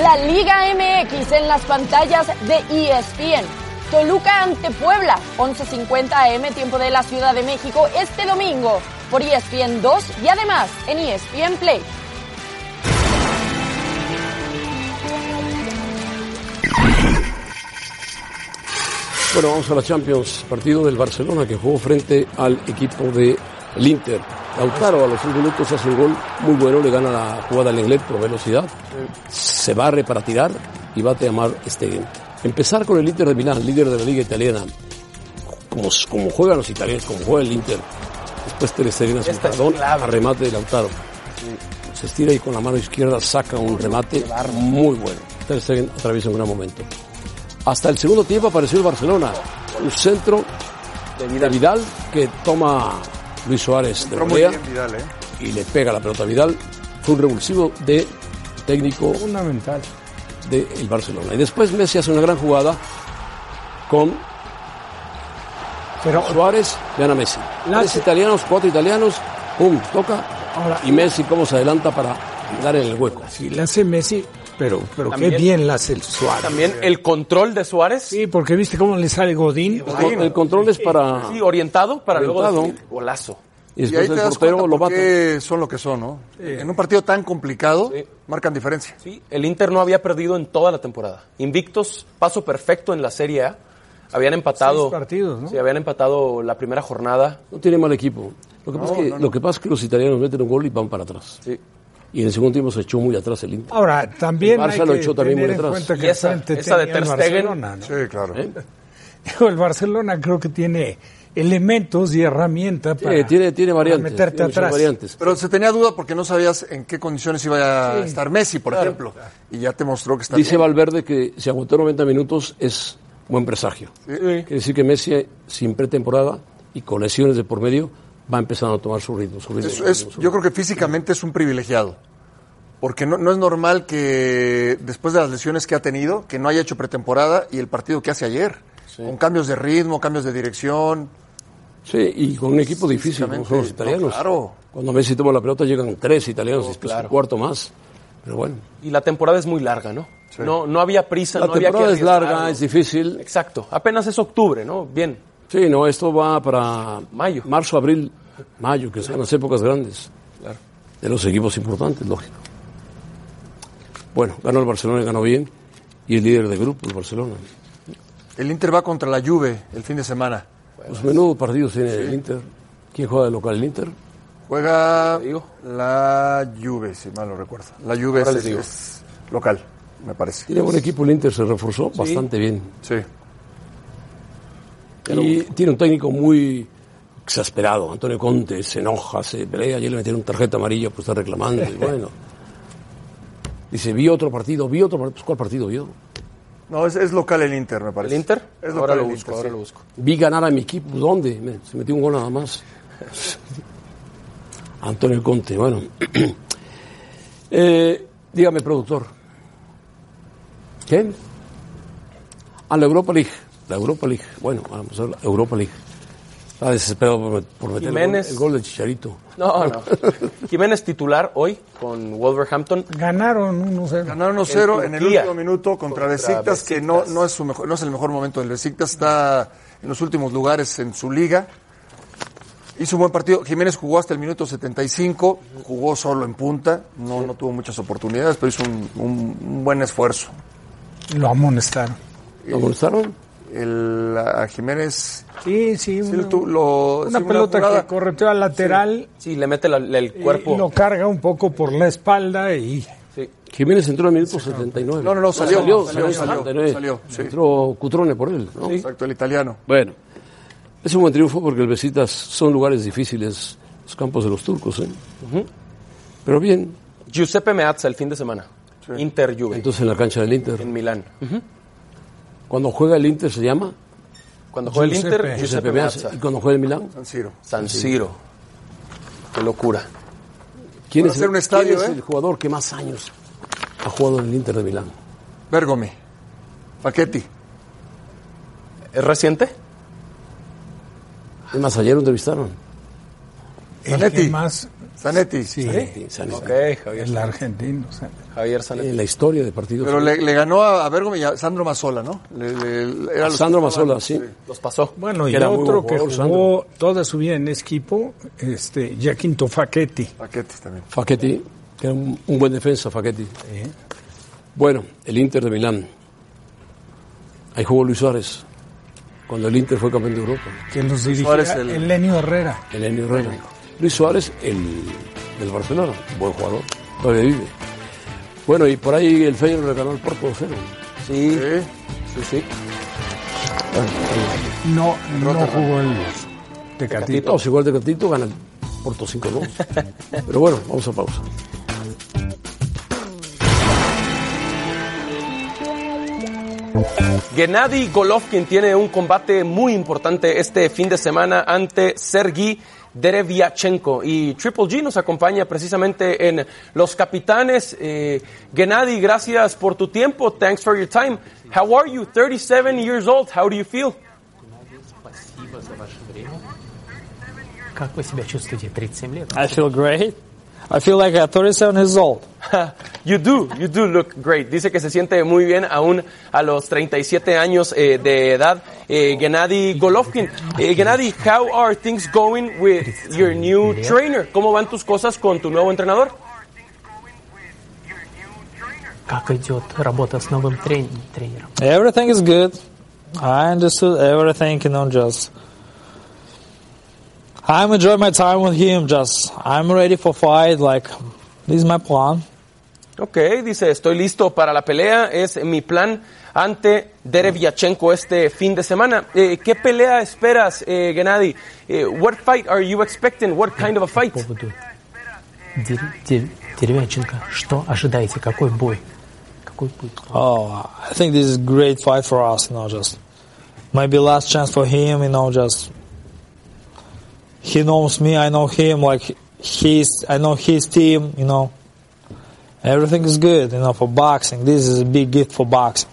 Speaker 8: La Liga MX en las pantallas de E ESPN. Toluca ante Puebla, 11.50 am, tiempo de la Ciudad de México, este domingo por E ESPN 2 y además en E ESPN Play.
Speaker 2: Bueno, vamos a la Champions, partido del Barcelona que jugó frente al equipo de el Inter. Lautaro a los 5 minutos hace un gol muy bueno, le gana la jugada al inglés por velocidad, se barre para tirar y bate a Mar Stegen. Empezar con el Inter de Milán, líder de la liga italiana, como, como juegan los italianos, como juega el Inter. Después Ter Stegen hace un
Speaker 5: Esta es
Speaker 2: paradón
Speaker 5: clave.
Speaker 2: a remate de Lautaro. Se estira y con la mano izquierda saca un remate muy bueno. Ter Stegen atraviesa un gran momento. Hasta el segundo tiempo apareció el Barcelona. Un centro de Vidal, que toma Luis Suárez de
Speaker 4: Entró muy
Speaker 2: volea
Speaker 4: bien Vidal, ¿eh?
Speaker 2: y le pega la pelota a Vidal. Fue un revulsivo de técnico
Speaker 3: Fundamental.
Speaker 2: del Barcelona. Y después Messi hace una gran jugada con
Speaker 3: Pero
Speaker 2: Suárez, gana Messi.
Speaker 3: La-
Speaker 2: Tres italianos, cuatro italianos, pum, toca.
Speaker 3: Ahora-
Speaker 2: y Messi cómo se adelanta para dar en el hueco.
Speaker 3: sí, la hace Messi, pero, pero qué
Speaker 5: También-
Speaker 3: bien la hace el Suárez.
Speaker 5: También el control de Suárez.
Speaker 3: Sí, porque viste cómo le sale Godín.
Speaker 2: El con- El control es para...
Speaker 5: Sí, orientado para
Speaker 2: Orientado.
Speaker 5: luego definir. Golazo.
Speaker 2: Y
Speaker 4: Y ahí
Speaker 2: después
Speaker 4: te
Speaker 2: el
Speaker 4: das
Speaker 2: portero
Speaker 4: cuenta
Speaker 2: lo
Speaker 4: por
Speaker 2: mata.
Speaker 4: qué son lo que son, ¿no? En un partido tan complicado,
Speaker 5: Eh, Sí.
Speaker 4: marcan diferencia.
Speaker 5: Sí, el Inter no había perdido en toda la temporada. Invictos, paso perfecto en la Serie A. Habían empatado.
Speaker 3: Seis partidos, ¿no?
Speaker 5: Sí, habían empatado la primera jornada.
Speaker 2: No tiene mal equipo. Lo que, pasa es que, lo que pasa es que los italianos meten un gol y van para atrás.
Speaker 5: Sí.
Speaker 2: Y en el segundo tiempo se echó muy atrás el Inter.
Speaker 3: Ahora, también
Speaker 2: El Barça
Speaker 3: hay
Speaker 2: lo
Speaker 3: que
Speaker 2: echó también
Speaker 3: tener
Speaker 2: muy
Speaker 3: en
Speaker 2: atrás.
Speaker 3: cuenta que
Speaker 5: Y
Speaker 3: al
Speaker 5: esa-
Speaker 3: frente
Speaker 5: esa de
Speaker 3: tenía el
Speaker 5: Ter Stegen.
Speaker 3: Barcelona, ¿no?
Speaker 4: Sí, claro.
Speaker 2: ¿Eh?
Speaker 3: Digo, el Barcelona creo que tiene elementos y herramientas para,
Speaker 2: Tiene- tiene, tiene
Speaker 3: para
Speaker 2: variantes.
Speaker 3: meterte
Speaker 2: tiene muchas
Speaker 3: atrás.
Speaker 2: variantes.
Speaker 4: Pero se tenía duda porque no sabías en qué condiciones iba a estar Messi, por ejemplo. Y ya te mostró que está
Speaker 2: Dice
Speaker 4: bien.
Speaker 2: Valverde que si aguantó 90 minutos es buen presagio. Quiere decir que Messi, sin pretemporada y con lesiones de por medio, va empezando a tomar su ritmo. Su ritmo,
Speaker 4: Es-
Speaker 2: su
Speaker 4: es-
Speaker 2: ritmo, su
Speaker 4: yo
Speaker 2: ritmo.
Speaker 4: creo que físicamente es un privilegiado. Porque no, no es normal que después de las lesiones que ha tenido, que no haya hecho pretemporada y el partido que hace ayer. Con cambios de ritmo, cambios de dirección.
Speaker 2: Sí, y con un equipo difícil como son los
Speaker 4: Físicamente,
Speaker 2: italianos.
Speaker 4: no, claro. Oh,
Speaker 2: Cuando Messi toma la pelota llegan tres italianos, después un cuarto más. Pero bueno,
Speaker 5: Y la temporada es muy larga, ¿no? No, no había prisa,
Speaker 2: la
Speaker 5: no había que
Speaker 2: temporada es
Speaker 5: arriesgarlo.
Speaker 2: larga, es difícil.
Speaker 5: Exacto. Apenas es octubre, ¿no? Bien.
Speaker 2: Sí, no, esto va para
Speaker 5: Mayo.
Speaker 2: marzo, abril, mayo, que son las épocas grandes de los equipos importantes, lógico. Bueno, ganó el Barcelona, y ganó bien, y el líder de grupo, el Barcelona.
Speaker 4: El Inter va contra la Juve el fin de semana.
Speaker 2: Pues menudo partidos tiene el Inter. ¿Quién juega de local el Inter?
Speaker 4: Juega
Speaker 5: digo.
Speaker 4: la Juve, si mal no recuerdo. La Juve
Speaker 5: Ahora
Speaker 4: es,
Speaker 5: les digo.
Speaker 4: es local, me parece.
Speaker 2: Tiene buen equipo el Inter, se reforzó bastante bien.
Speaker 4: Sí.
Speaker 2: Y tiene un técnico muy exasperado, Antonio Conte, se enoja, se pelea, ayer le metieron tarjeta amarilla por estar reclamando, y bueno. Dice, vi otro partido, vi otro partido, pues ¿cuál partido vio?
Speaker 4: No, es, es local el Inter, me
Speaker 5: ¿El
Speaker 4: parece.
Speaker 5: Inter?
Speaker 4: Es
Speaker 5: ahora
Speaker 4: local
Speaker 5: lo
Speaker 4: el
Speaker 5: busco,
Speaker 4: Inter,
Speaker 5: ahora
Speaker 4: sí.
Speaker 5: lo busco.
Speaker 2: Vi ganar a mi equipo, ¿dónde? Me- se metió un gol nada más. Antonio Conte, bueno. Eh, dígame, productor. ¿Qué? A Ah, la Europa League. La Europa League. Bueno, vamos a ver la Europa League. Está desesperado por, met- por meter el gol,
Speaker 5: Jiménez.
Speaker 2: el gol de Chicharito.
Speaker 5: No, no. Jiménez titular hoy con Wolverhampton.
Speaker 3: Ganaron 1-0.
Speaker 4: Ganaron 1-0
Speaker 5: En
Speaker 4: en el
Speaker 5: Turquía.
Speaker 4: último minuto contra, Besiktas, que no, no, es su mejor, no es el mejor momento del Besiktas. Está en los últimos lugares en su liga. Hizo un buen partido. Jiménez jugó hasta el minuto 75, jugó solo en punta, no, no tuvo muchas oportunidades, pero hizo un, un- un buen esfuerzo.
Speaker 3: Lo amonestaron.
Speaker 2: ¿Lo molestaron?
Speaker 4: El, a Jiménez
Speaker 3: Sí, sí.
Speaker 4: sí,
Speaker 3: una
Speaker 4: lo tu- lo-
Speaker 3: una
Speaker 4: sí,
Speaker 3: pelota
Speaker 4: jugada-
Speaker 3: que correteó al lateral,
Speaker 5: Sí, le mete la- la- el
Speaker 3: y
Speaker 5: cuerpo.
Speaker 3: lo carga un poco por la espalda y
Speaker 5: Sí.
Speaker 2: Jiménez entró en el minuto 79.
Speaker 4: No, no, no, salió, salió, salió,
Speaker 2: 79.
Speaker 4: salió, sí.
Speaker 2: Entró Cutrone por él, ¿no?
Speaker 4: Exacto, el italiano.
Speaker 2: Bueno, es un buen triunfo porque el Besitas son lugares difíciles, los campos de los turcos, ¿eh? Pero bien,
Speaker 5: Giuseppe Meazza el fin de semana. Inter Juve
Speaker 2: entonces en la cancha del Inter.
Speaker 5: en Milán.
Speaker 2: Cuando juega el Inter se llama
Speaker 5: Cuando juega
Speaker 3: Giuseppe.
Speaker 5: el Inter, Giuseppe
Speaker 2: Giuseppe Meazza.
Speaker 5: Meazza.
Speaker 2: Y cuando juega el Milán,
Speaker 4: San Siro.
Speaker 5: San Siro. Qué locura.
Speaker 2: ¿quién,
Speaker 4: Van a
Speaker 2: es,
Speaker 4: hacer
Speaker 2: el-
Speaker 4: un estadio,
Speaker 2: quién es
Speaker 4: ¿eh?
Speaker 2: el jugador que más años ha jugado en el Inter de Milán?
Speaker 4: Bergomi. Paquetti.
Speaker 5: ¿Es reciente?
Speaker 2: Es más, ayer lo entrevistaron.
Speaker 3: el que
Speaker 4: Zanetti.
Speaker 3: más
Speaker 4: Zanetti.
Speaker 2: Zanetti, Zanetti.
Speaker 5: Ok, Javier,
Speaker 3: el argentino. o sea.
Speaker 5: Javier Zanetti.
Speaker 2: En la historia de partidos.
Speaker 4: Pero le, le ganó a, a Bergomi y a Sandro Mazzola, ¿no? Le- le- le- era
Speaker 2: A
Speaker 4: los-
Speaker 2: Sandro Mazzola, sí.
Speaker 5: Los pasó.
Speaker 3: Bueno, y
Speaker 2: Que era muy
Speaker 3: otro
Speaker 2: buen
Speaker 3: que
Speaker 2: jugador,
Speaker 3: jugó toda su vida en ese equipo, este, Jacinto Facchetti.
Speaker 4: Paquetti también.
Speaker 2: Facchetti, que era un, un buen defensa, Facchetti. Bueno, el Inter de Milán. Ahí jugó Luis Suárez, cuando el Inter fue campeón de Europa.
Speaker 3: que los
Speaker 4: Suárez,
Speaker 3: dirigía
Speaker 4: el-
Speaker 3: Elenio Herrera.
Speaker 2: Elenio Herrera. Luis Suárez, el del Barcelona, buen jugador, todavía vive. Bueno, y por ahí el Feyenoord le ganó al Porto 2-0.
Speaker 5: Sí.
Speaker 4: Sí.
Speaker 5: Sí, sí.
Speaker 3: No, no jugó el Tecatito.
Speaker 2: Tecatito, si igual Tecatito gana Porto 5-2. Pero bueno, vamos a pausa.
Speaker 5: Gennady Golovkin tiene un combate muy importante este fin de semana ante Sergi Derevyachenko y Triple G nos acompaña precisamente en Los Capitanes. Eh, Gennady, gracias por tu tiempo. Thanks for your time. How are you? 37 years old. How do you feel?
Speaker 9: Как вы себя чувствуете 37 лет?
Speaker 12: I feel great. I feel like I'm 37 years old.
Speaker 5: You do, you do look great. Dice que se siente muy bien aún a los 37 años eh, de edad. Eh, Gennady Golovkin. Eh, Gennady, how are things going with your new trainer? ¿Cómo van tus cosas con tu nuevo entrenador?
Speaker 9: Как идет работа с новым трен- тренером?
Speaker 12: Everything is good. I understood everything, you know, just. I'm enjoying my time with him, just. I'm ready for fight, like, this is my plan.
Speaker 5: Ok, dice, estoy listo para la pelea. Es mi plan ante Derevyachenko este fin de semana. Eh, ¿Qué pelea esperas, eh, Gennady? Eh, what fight are you expecting? What kind of a fight?
Speaker 9: Дер- Дер- Деревянченко, что ожидаете? Какой бой? Какой будет?
Speaker 12: Oh, I think this is great fight for us, you know, just. Maybe last chance for him, you know, just. He knows me, I know him, like, he's, I know his team, you know. Everything is good, you know, for boxing. This is a big gift for boxing.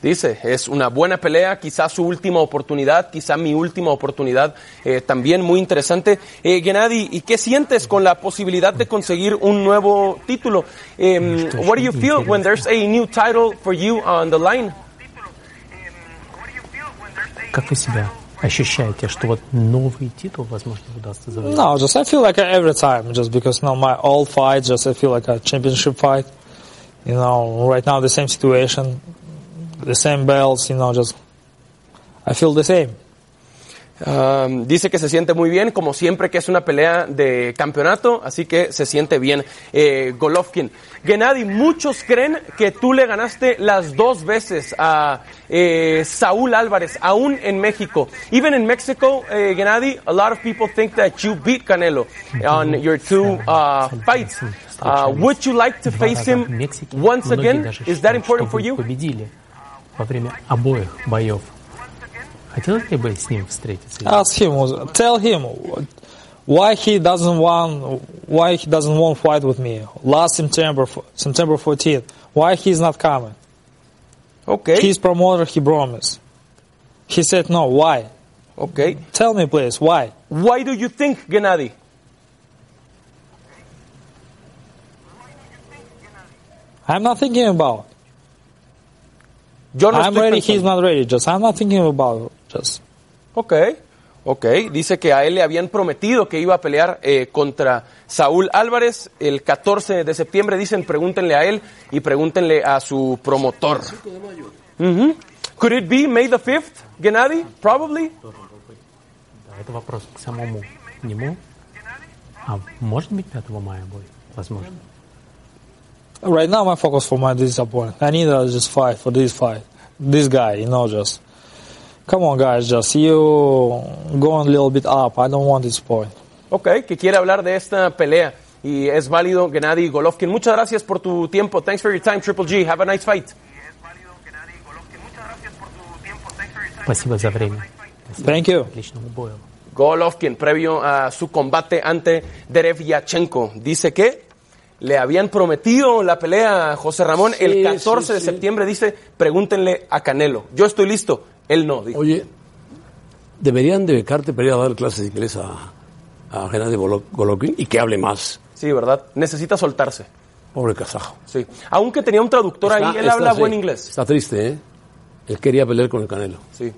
Speaker 5: Dice, es una buena pelea, quizá su última oportunidad, quizá mi última oportunidad, eh, también muy interesante. Eh, Gennady, ¿y qué sientes con la posibilidad de conseguir un nuevo título? Em, what do you feel when there's a new title for you on the line?
Speaker 9: Как вы себя ощущаете, что вот новый титул, возможно, удастся завоевать?
Speaker 12: No, just I feel like I, every time, just because you know my old fight, just I feel like a championship fight. You know, right now the same situation, the same belts. You know, just I feel the same.
Speaker 5: Um, dice que se siente muy bien, como siempre que es una pelea de campeonato, así que se siente bien eh, Golovkin. Gennady, muchos creen que tú le ganaste las dos veces a eh, Saúl Álvarez, aún en México. Even in Mexico, eh, Gennady, a lot of people think that you beat Canelo on your two uh, fights. Uh, would you like to
Speaker 9: Два
Speaker 5: face
Speaker 9: раза в
Speaker 5: him
Speaker 9: Мексике.
Speaker 5: once
Speaker 9: Многие
Speaker 5: again?
Speaker 9: даже
Speaker 5: Is that
Speaker 9: считают, что
Speaker 5: important for
Speaker 9: вы
Speaker 5: you?
Speaker 9: победили во время обоих боев. Хотелось ли бы с ним встретиться?
Speaker 12: Ask him, tell him why he doesn't want, why he doesn't want fight with me last September, September 14th. Why he's not coming?
Speaker 5: Okay,
Speaker 12: His promoter, he promised. He said no. Why?
Speaker 5: okay.
Speaker 12: Tell me, please, why?
Speaker 5: Why do you think, Gennady?
Speaker 12: I'm not thinking about. it.
Speaker 5: Yo no
Speaker 12: I'm
Speaker 5: estoy
Speaker 12: ready,
Speaker 5: pensando.
Speaker 12: he's not ready. Just I'm not thinking about it. Just
Speaker 5: Ok, ok. Dice que a él le habían prometido que iba a pelear eh, contra Saúl Álvarez el 14 de septiembre. Dicen, pregúntenle a él y pregúntenle a su promotor. Ujú. Could it be May the 5th, Gennady? Probably.
Speaker 9: Да, это вопрос к самому нему. А может быть 5 мая бой? Возможно.
Speaker 12: right now, my focus for my this opponent. I need to just fight for this fight. This guy, you know, just come on, guys. Just you going a little bit up. I don't want this point.
Speaker 5: Ok, que quiere hablar de esta pelea. Y es válido, Gennady Golovkin. Muchas gracias por tu tiempo. Thanks for your time, Triple G. Have a nice fight.
Speaker 9: Спасибо за время.
Speaker 12: Thank you.
Speaker 9: Отличного боя.
Speaker 5: Golovkin, previo a su combate ante Derevyachenko, dice que le habían prometido la pelea a José Ramón
Speaker 2: Sí,
Speaker 5: el 14
Speaker 2: sí,
Speaker 5: de
Speaker 2: sí.
Speaker 5: septiembre. Dice, pregúntenle a Canelo. Yo estoy listo. Él no, dijo.
Speaker 2: Oye, deberían de becarte para ir a dar clases de inglés a, a Gennady Golo- Golovkin y que hable más.
Speaker 5: Sí, ¿verdad? Necesita soltarse.
Speaker 2: Pobre kazajo.
Speaker 5: Sí. Aunque tenía un traductor ahí,
Speaker 2: Está-
Speaker 5: él
Speaker 2: está-
Speaker 5: habla
Speaker 2: sí,
Speaker 5: buen inglés.
Speaker 2: Está triste, ¿eh? Él quería pelear con el Canelo.
Speaker 5: Sí.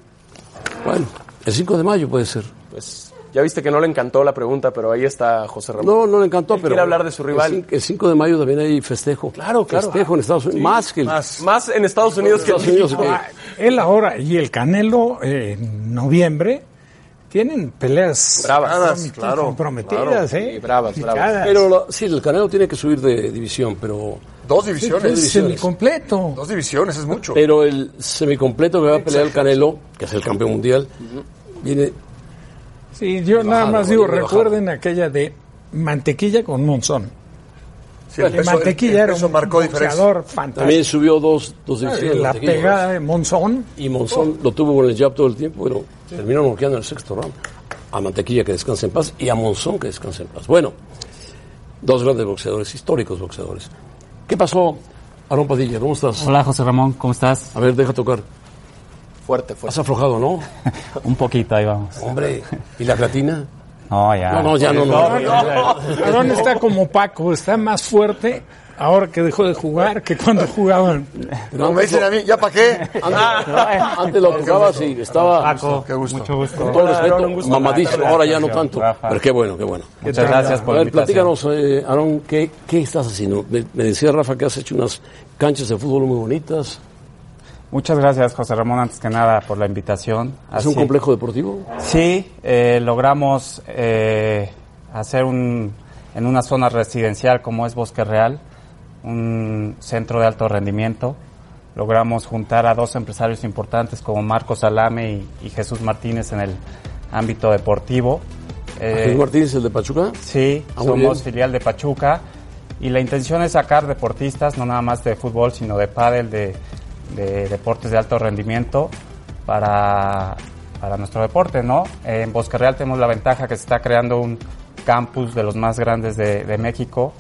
Speaker 2: Bueno, el 5 de mayo puede ser.
Speaker 5: Pues ya viste que no le encantó la pregunta, pero ahí está José Ramón.
Speaker 2: No, no le encantó, pero...
Speaker 5: Él
Speaker 2: pues
Speaker 5: quiere hablar de su rival.
Speaker 2: El cin- El 5 de mayo también hay festejo. Claro,
Speaker 5: claro.
Speaker 2: Festejo en Estados Unidos. más que el...
Speaker 5: Más en Estados Unidos que en
Speaker 2: Estados Unidos
Speaker 5: México.
Speaker 2: que-
Speaker 3: Ah, Él ahora y el Canelo eh, en noviembre tienen peleas
Speaker 5: Bravas.
Speaker 3: compromet-
Speaker 4: claro,
Speaker 3: comprometidas,
Speaker 5: claro.
Speaker 3: ¿eh?
Speaker 5: Sí, bravas, bravas.
Speaker 3: Complicadas.
Speaker 2: Pero la- sí, el Canelo tiene que subir de división, pero
Speaker 4: Dos divisiones.
Speaker 3: Sí, pues, semicompleto.
Speaker 4: Dos divisiones, es mucho.
Speaker 2: Pero el semicompleto que va a pelear el Canelo, que es el campeón mundial, viene
Speaker 3: Sí, yo nada
Speaker 2: bajada,
Speaker 3: más digo,
Speaker 2: bajada.
Speaker 3: recuerden aquella de mantequilla con monzón.
Speaker 4: Sí,
Speaker 2: el peso- el
Speaker 3: mantequilla era
Speaker 2: peso
Speaker 3: un
Speaker 2: marcó diferencia.
Speaker 3: boxeador
Speaker 2: También
Speaker 3: fantástico.
Speaker 2: subió dos, dos
Speaker 3: Ah,
Speaker 2: divisiones.
Speaker 3: La
Speaker 2: Mantequilla.
Speaker 3: pegada de Monzón.
Speaker 2: Y Monzón lo tuvo con el jab todo el tiempo, pero terminó bloqueando en el sexto round. A Mantequilla que descanse en paz y a Monzón que descanse en paz. Bueno, dos grandes boxeadores, históricos boxeadores. ¿Qué pasó, Aaron Padilla? ¿Cómo estás?
Speaker 13: Hola José Ramón, ¿cómo estás?
Speaker 2: A ver, deja tocar.
Speaker 5: Fuerte,
Speaker 2: Has aflojado, ¿no?
Speaker 13: Un poquito, ahí vamos.
Speaker 2: Hombre, ¿y la platina?
Speaker 13: No, ya.
Speaker 2: No, no, ya no, no.
Speaker 3: Aaron está como Paco, está más fuerte ahora que dejó de jugar que cuando jugaban.
Speaker 4: Como me dicen a mí, ¿ya para qué?
Speaker 2: Ah, Antes lo jugabas y estaba.
Speaker 13: Paco, mucho gusto.
Speaker 2: Con todo
Speaker 13: Hola,
Speaker 2: respeto,
Speaker 13: Aaron, un gusto.
Speaker 2: mamadísimo.
Speaker 13: Hola,
Speaker 2: Ahora ya no
Speaker 13: Sergio,
Speaker 2: tanto.
Speaker 13: Rafa.
Speaker 2: Pero qué bueno, qué bueno.
Speaker 13: Muchas Muchas gracias por
Speaker 2: A
Speaker 13: la
Speaker 2: ver,
Speaker 13: invitación.
Speaker 2: platícanos, eh, Aaron, ¿qué, ¿qué estás haciendo? Me, me decía Rafa que has hecho unas canchas de fútbol muy bonitas.
Speaker 13: Muchas gracias, José Ramón, antes que nada, por la invitación.
Speaker 2: ¿Es un
Speaker 13: Así-
Speaker 2: complejo deportivo?
Speaker 13: Ah, Sí, eh, logramos eh, hacer un, en una zona residencial como es Bosque Real, un centro de alto rendimiento. Logramos juntar a dos empresarios importantes como Marcos Salame y, y Jesús Martínez en el ámbito deportivo. Eh,
Speaker 2: Jesús Martínez, el de Pachuca.
Speaker 13: Sí,
Speaker 2: Ah, muy
Speaker 13: somos
Speaker 2: bien.
Speaker 13: filial de Pachuca y la intención es sacar deportistas, no nada más de fútbol, sino de pádel, de, de deportes de alto rendimiento para, para nuestro deporte, ¿no? En Bosque Real tenemos la ventaja que se está creando un campus de los más grandes de, de México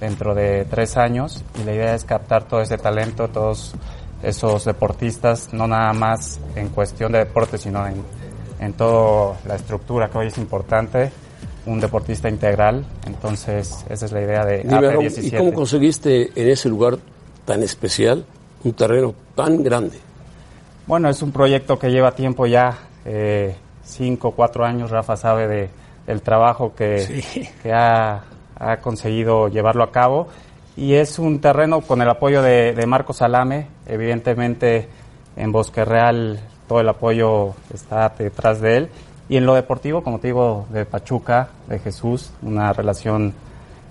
Speaker 13: dentro de tres años y la idea es captar todo ese talento, todos esos deportistas, no nada más en cuestión de deporte, sino en, en toda la estructura que hoy es importante un deportista integral, entonces esa es la idea de
Speaker 2: Dime, Aaron, ¿y
Speaker 13: AP17.
Speaker 2: cómo conseguiste en ese lugar tan especial un terreno tan grande?
Speaker 13: Bueno, es un proyecto que lleva tiempo ya, eh, cinco, cuatro años, Rafa sabe de, del trabajo que, que ha, ha conseguido llevarlo a cabo y es un terreno con el apoyo de, de Marco Salame, evidentemente en Bosque Real todo el apoyo está detrás de él y en lo deportivo, como te digo, de Pachuca, de Jesús, una relación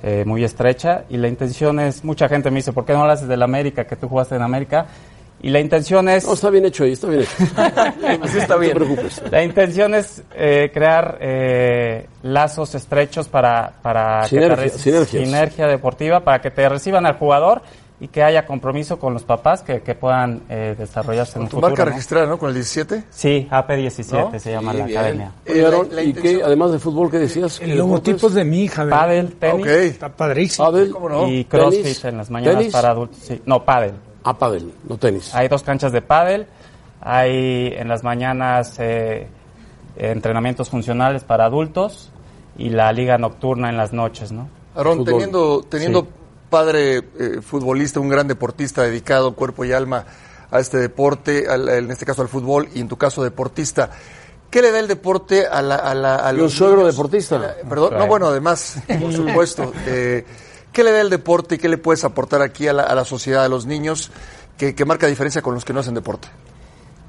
Speaker 13: eh, muy estrecha y la intención es, mucha gente me dice, ¿por qué no hablas de la América, que tú jugaste en América? Y la intención es... No,
Speaker 2: está bien hecho ahí, está bien hecho.
Speaker 13: está bien.
Speaker 2: No te preocupes.
Speaker 13: La intención es eh, crear eh, lazos estrechos para, para
Speaker 2: Sinergia-
Speaker 13: que te re-
Speaker 2: sinergias.
Speaker 13: sinergia deportiva, para que te reciban al jugador y que haya compromiso con los papás que, que puedan eh, desarrollarse en un
Speaker 4: Tu
Speaker 13: futuro.
Speaker 4: marca
Speaker 13: ¿no?
Speaker 4: registrada, ¿no? Con el 17.
Speaker 13: Sí, AP17
Speaker 4: ¿No?
Speaker 13: se llama
Speaker 4: Sí,
Speaker 13: la
Speaker 4: bien.
Speaker 13: academia.
Speaker 2: Oye, Aaron, Eh, ¿y qué, además de fútbol, qué decías? ¿Qué
Speaker 3: El logotipo es de mi hija. ¿verdad?
Speaker 13: Pádel, tenis.
Speaker 3: Está padrísimo.
Speaker 13: Y crossfit en las mañanas
Speaker 3: ¿Tenis?
Speaker 13: para adultos. sí. No, pádel.
Speaker 2: Ah, pádel, no tenis.
Speaker 13: Hay dos canchas de pádel. Hay en las mañanas eh, entrenamientos funcionales para adultos y la liga nocturna en las noches, ¿no?
Speaker 4: Aarón, teniendo, teniendo padre eh, futbolista, un gran deportista dedicado cuerpo y alma a este deporte, al- al- en este caso al fútbol y en tu caso deportista, ¿qué le da el deporte a la... A la a
Speaker 2: Y un
Speaker 4: los
Speaker 2: suegro
Speaker 4: niños? Eh,
Speaker 2: deportista.
Speaker 4: Perdón, no,
Speaker 2: Claro.
Speaker 4: bueno, además, por supuesto. eh, ¿Qué le da el deporte y qué le puedes aportar aquí a la, a la sociedad, a los niños, que, que marca diferencia con los que no hacen deporte?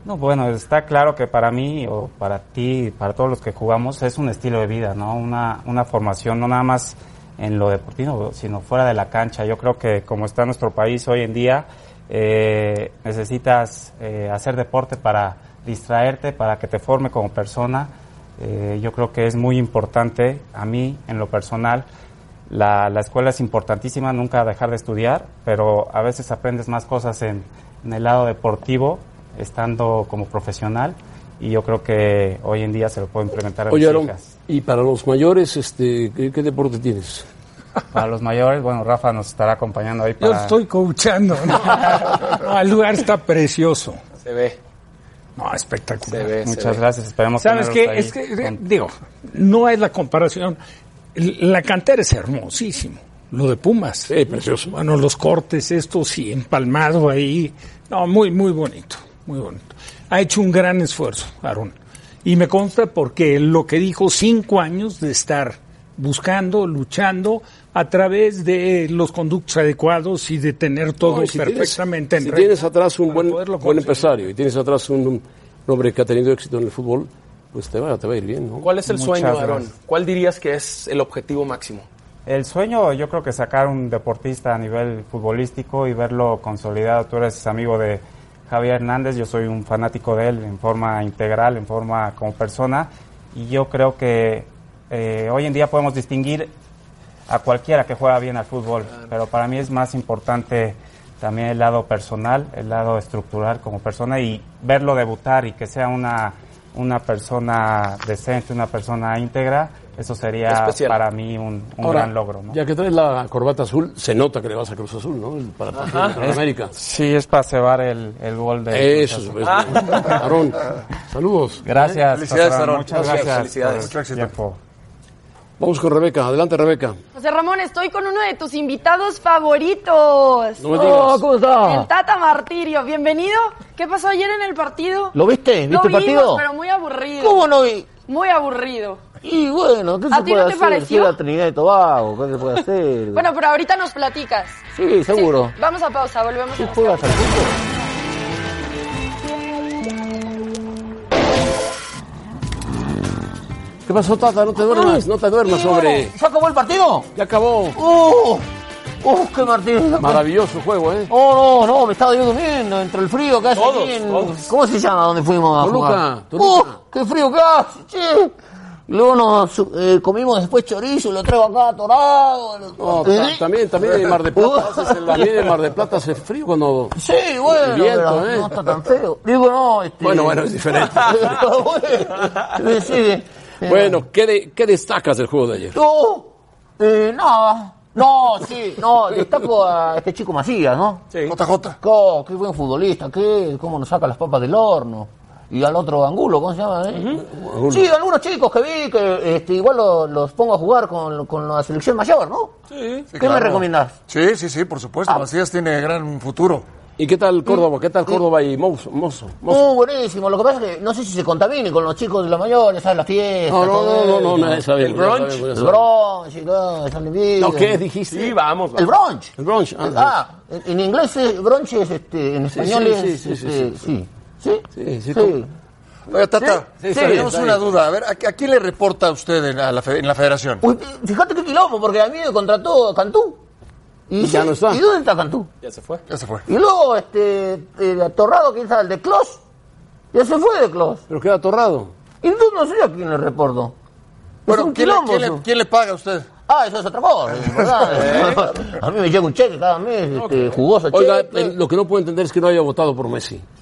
Speaker 13: No, bueno, está claro que para mí o para ti, para todos los que jugamos, es un estilo de vida, ¿no? Una, una formación, no nada más en lo deportivo, sino fuera de la cancha. Yo creo que como está nuestro país hoy en día, eh, necesitas eh, hacer deporte para distraerte, para que te forme como persona. Eh, yo creo que es muy importante a mí, en lo personal, la, la escuela es importantísima, nunca dejar de estudiar, pero a veces aprendes más cosas en, en el lado deportivo, estando como profesional, y yo creo que hoy en día se lo puedo implementar a
Speaker 2: Oye,
Speaker 13: mis
Speaker 2: Aaron,
Speaker 13: hijas.
Speaker 2: y para los mayores, este, ¿qué, qué deporte tienes?
Speaker 13: Para los mayores, bueno, Rafa nos estará acompañando ahí
Speaker 3: Yo
Speaker 13: para...
Speaker 3: estoy coachando. ¿no? No, el lugar está precioso.
Speaker 5: Se ve.
Speaker 3: No, espectacular.
Speaker 13: Muchas gracias, esperemos
Speaker 3: ¿Sabes
Speaker 13: tenerlos
Speaker 3: qué?
Speaker 13: ahí
Speaker 3: Es que,
Speaker 13: con-
Speaker 3: digo, no es la comparación. La cantera es hermosísimo. Lo de Pumas. Sí,
Speaker 2: precioso.
Speaker 3: Bueno, los cortes, esto sí, empalmado ahí. No, muy, muy bonito. Muy bonito. Ha hecho un gran esfuerzo, Aaron. Y me consta porque lo que dijo, cinco años de estar buscando, luchando a través de los conductos adecuados y de tener todo
Speaker 2: No, y si tienes-
Speaker 3: perfectamente en
Speaker 2: si
Speaker 3: regla.
Speaker 2: tienes atrás un buen, buen empresario y tienes atrás un, un hombre que ha tenido éxito en el fútbol, pues te va, te va a ir bien, ¿no?
Speaker 5: ¿Cuál es el
Speaker 2: Muchas
Speaker 5: sueño,
Speaker 2: gracias.
Speaker 5: Aaron? ¿Cuál dirías que es el objetivo máximo?
Speaker 13: El sueño, yo creo que sacar un deportista a nivel futbolístico y verlo consolidado. Tú eres amigo de Javier Hernández, yo soy un fanático de él en forma integral, en forma como persona. Y yo creo que eh, hoy en día podemos distinguir a cualquiera que juega bien al fútbol, pero para mí es más importante también el lado personal, el lado estructural como persona y verlo debutar y que sea una, una persona decente, una persona íntegra, eso sería
Speaker 2: Especial.
Speaker 13: para mí un, un
Speaker 2: Ahora,
Speaker 13: gran logro. ¿no?
Speaker 2: Ya que traes la corbata azul, se nota que le vas a Cruz Azul, ¿no? El- Para para- para
Speaker 13: Es-
Speaker 2: América.
Speaker 13: Sí, es para cebar el, el gol de.
Speaker 2: Eso, eso. Aarón, saludos.
Speaker 13: Gracias.
Speaker 2: Felicidades,
Speaker 13: patrón.
Speaker 2: Aarón.
Speaker 13: Muchas gracias.
Speaker 2: Felicidades.
Speaker 13: por el tiempo.
Speaker 2: Vamos con Rebeca. Adelante, Rebeca.
Speaker 8: José Ramón, estoy con uno de tus invitados favoritos.
Speaker 2: No me digas. Oh, ¿cómo
Speaker 14: Ah.
Speaker 2: está?
Speaker 8: El Tata Martirio. Bienvenido. ¿Qué pasó ayer en el partido?
Speaker 14: ¿Lo viste? ¿Viste
Speaker 8: Lo
Speaker 14: el partido?
Speaker 8: vimos, pero muy aburrido.
Speaker 14: ¿Cómo no vi?
Speaker 8: Muy aburrido.
Speaker 14: Y bueno, ¿qué
Speaker 8: ¿A
Speaker 14: se
Speaker 8: ti
Speaker 14: puede
Speaker 8: no te
Speaker 14: hacer?
Speaker 8: pareció?
Speaker 14: Soy la Trinidad y Tobago, ¿qué se puede hacer?
Speaker 8: Bueno, pero ahorita nos platicas.
Speaker 14: sí, seguro.
Speaker 8: Vamos a pausa, volvemos a
Speaker 14: ¿Tú
Speaker 8: los
Speaker 14: juegas al fútbol?
Speaker 2: ¿Qué pasó, Tata? No te duermas, no te duermas,
Speaker 14: Y
Speaker 2: hombre.
Speaker 14: bueno, ¿Se acabó el partido?
Speaker 2: Ya acabó.
Speaker 14: ¡Uh! ¡Uh, qué martillo!
Speaker 2: Maravilloso juego, ¿eh?
Speaker 14: Oh, no, no, me estaba yo durmiendo entre el frío que hace
Speaker 2: Todos,
Speaker 14: aquí en-
Speaker 2: todos.
Speaker 14: ¿Cómo se
Speaker 15: Tá
Speaker 14: llama donde fuimos a
Speaker 2: Toluca,
Speaker 14: jugar?
Speaker 2: Toluca.
Speaker 14: ¡Uh, qué frío que hace, che! Luego nos su- eh, comimos después chorizo, lo traigo acá atorado. lo- ¿Eh?
Speaker 2: No, ta- también, también en Mar de Plata, hace- también en Mar de Plata hace frío cuando...
Speaker 14: Sí, bueno,
Speaker 2: El viento,
Speaker 14: pero
Speaker 2: ¿eh?
Speaker 14: no está tan feo. Digo, no, este... Ah,
Speaker 2: Bueno, bueno, es diferente.
Speaker 14: Bueno, sí, eh,
Speaker 2: Bueno, ¿qué, de- qué destacas del juego de ayer?
Speaker 14: No, eh, nada. No, sí, no, destaco a este chico Macías, ¿no? Sí.
Speaker 4: JJ.
Speaker 14: qué buen futbolista, qué, cómo nos saca las papas del horno. Y al otro Angulo, ¿cómo se llama? eh?
Speaker 2: Angulo.
Speaker 14: Sí, algunos chicos que vi que este, igual lo- los pongo a jugar con, con la selección mayor, ¿no?
Speaker 4: Sí.
Speaker 14: ¿Qué me Ah. recomiendas?
Speaker 4: Sí, sí, sí, por supuesto. Macías tiene gran futuro.
Speaker 2: ¿Y qué tal
Speaker 14: Mm.
Speaker 2: Córdoba? ¿Qué tal Córdoba y Mozo? Mozo?
Speaker 14: Uh, buenísimo. Lo que pasa es que no sé si se contamine con los chicos de la mayor, ¿sabes? Las fiestas.
Speaker 2: No, no,
Speaker 14: todo
Speaker 2: no, no, no,
Speaker 14: eso.
Speaker 2: ya sabemos,
Speaker 14: El
Speaker 2: ya
Speaker 14: brunch.
Speaker 2: sabemos, ya
Speaker 14: El brunch, y todo, están divinos.
Speaker 2: No, ¿qué dijiste? Sí, vamos.
Speaker 14: El brunch.
Speaker 2: El brunch.
Speaker 14: Ah, en- en inglés es brunch es, este, en
Speaker 2: Sí,
Speaker 14: español
Speaker 2: sí,
Speaker 14: es,
Speaker 2: sí, sí, sí,
Speaker 14: este, sí. ¿Sí?
Speaker 2: Sí, sí,
Speaker 4: ¿cómo? Oiga, Tata,
Speaker 14: Sí, sí,
Speaker 4: tenemos
Speaker 14: está bien,
Speaker 4: una
Speaker 14: está bien.
Speaker 4: duda. A ver, ¿a, a quién le reporta usted en, a la, fe- en la federación?
Speaker 14: Uy, fíjate qué quilombo, porque a mí me contrató Cantú. Y,
Speaker 4: Ya
Speaker 14: sí,
Speaker 4: no está.
Speaker 14: ¿Y dónde está Cantú?
Speaker 5: Ya se fue.
Speaker 4: Ya se fue.
Speaker 14: Y luego, este, el atorrado que está el de Clos, ya se fue de Clos.
Speaker 2: ¿Pero queda atorrado?
Speaker 14: Y tú no sé a quién le reporto.
Speaker 4: Bueno,
Speaker 14: es un
Speaker 4: ¿quién le-
Speaker 14: quilombo.
Speaker 4: quién le-
Speaker 14: eso.
Speaker 4: quién le paga a usted?
Speaker 14: Ah, eso es otra cosa.
Speaker 2: ¿Eh?
Speaker 14: ¿verdad? Ah, eh. A mí me llega un cheque cada mes, este, jugoso
Speaker 2: Oiga,
Speaker 14: cheque.
Speaker 2: eh, lo que no puedo entender es que no haya votado por Messi.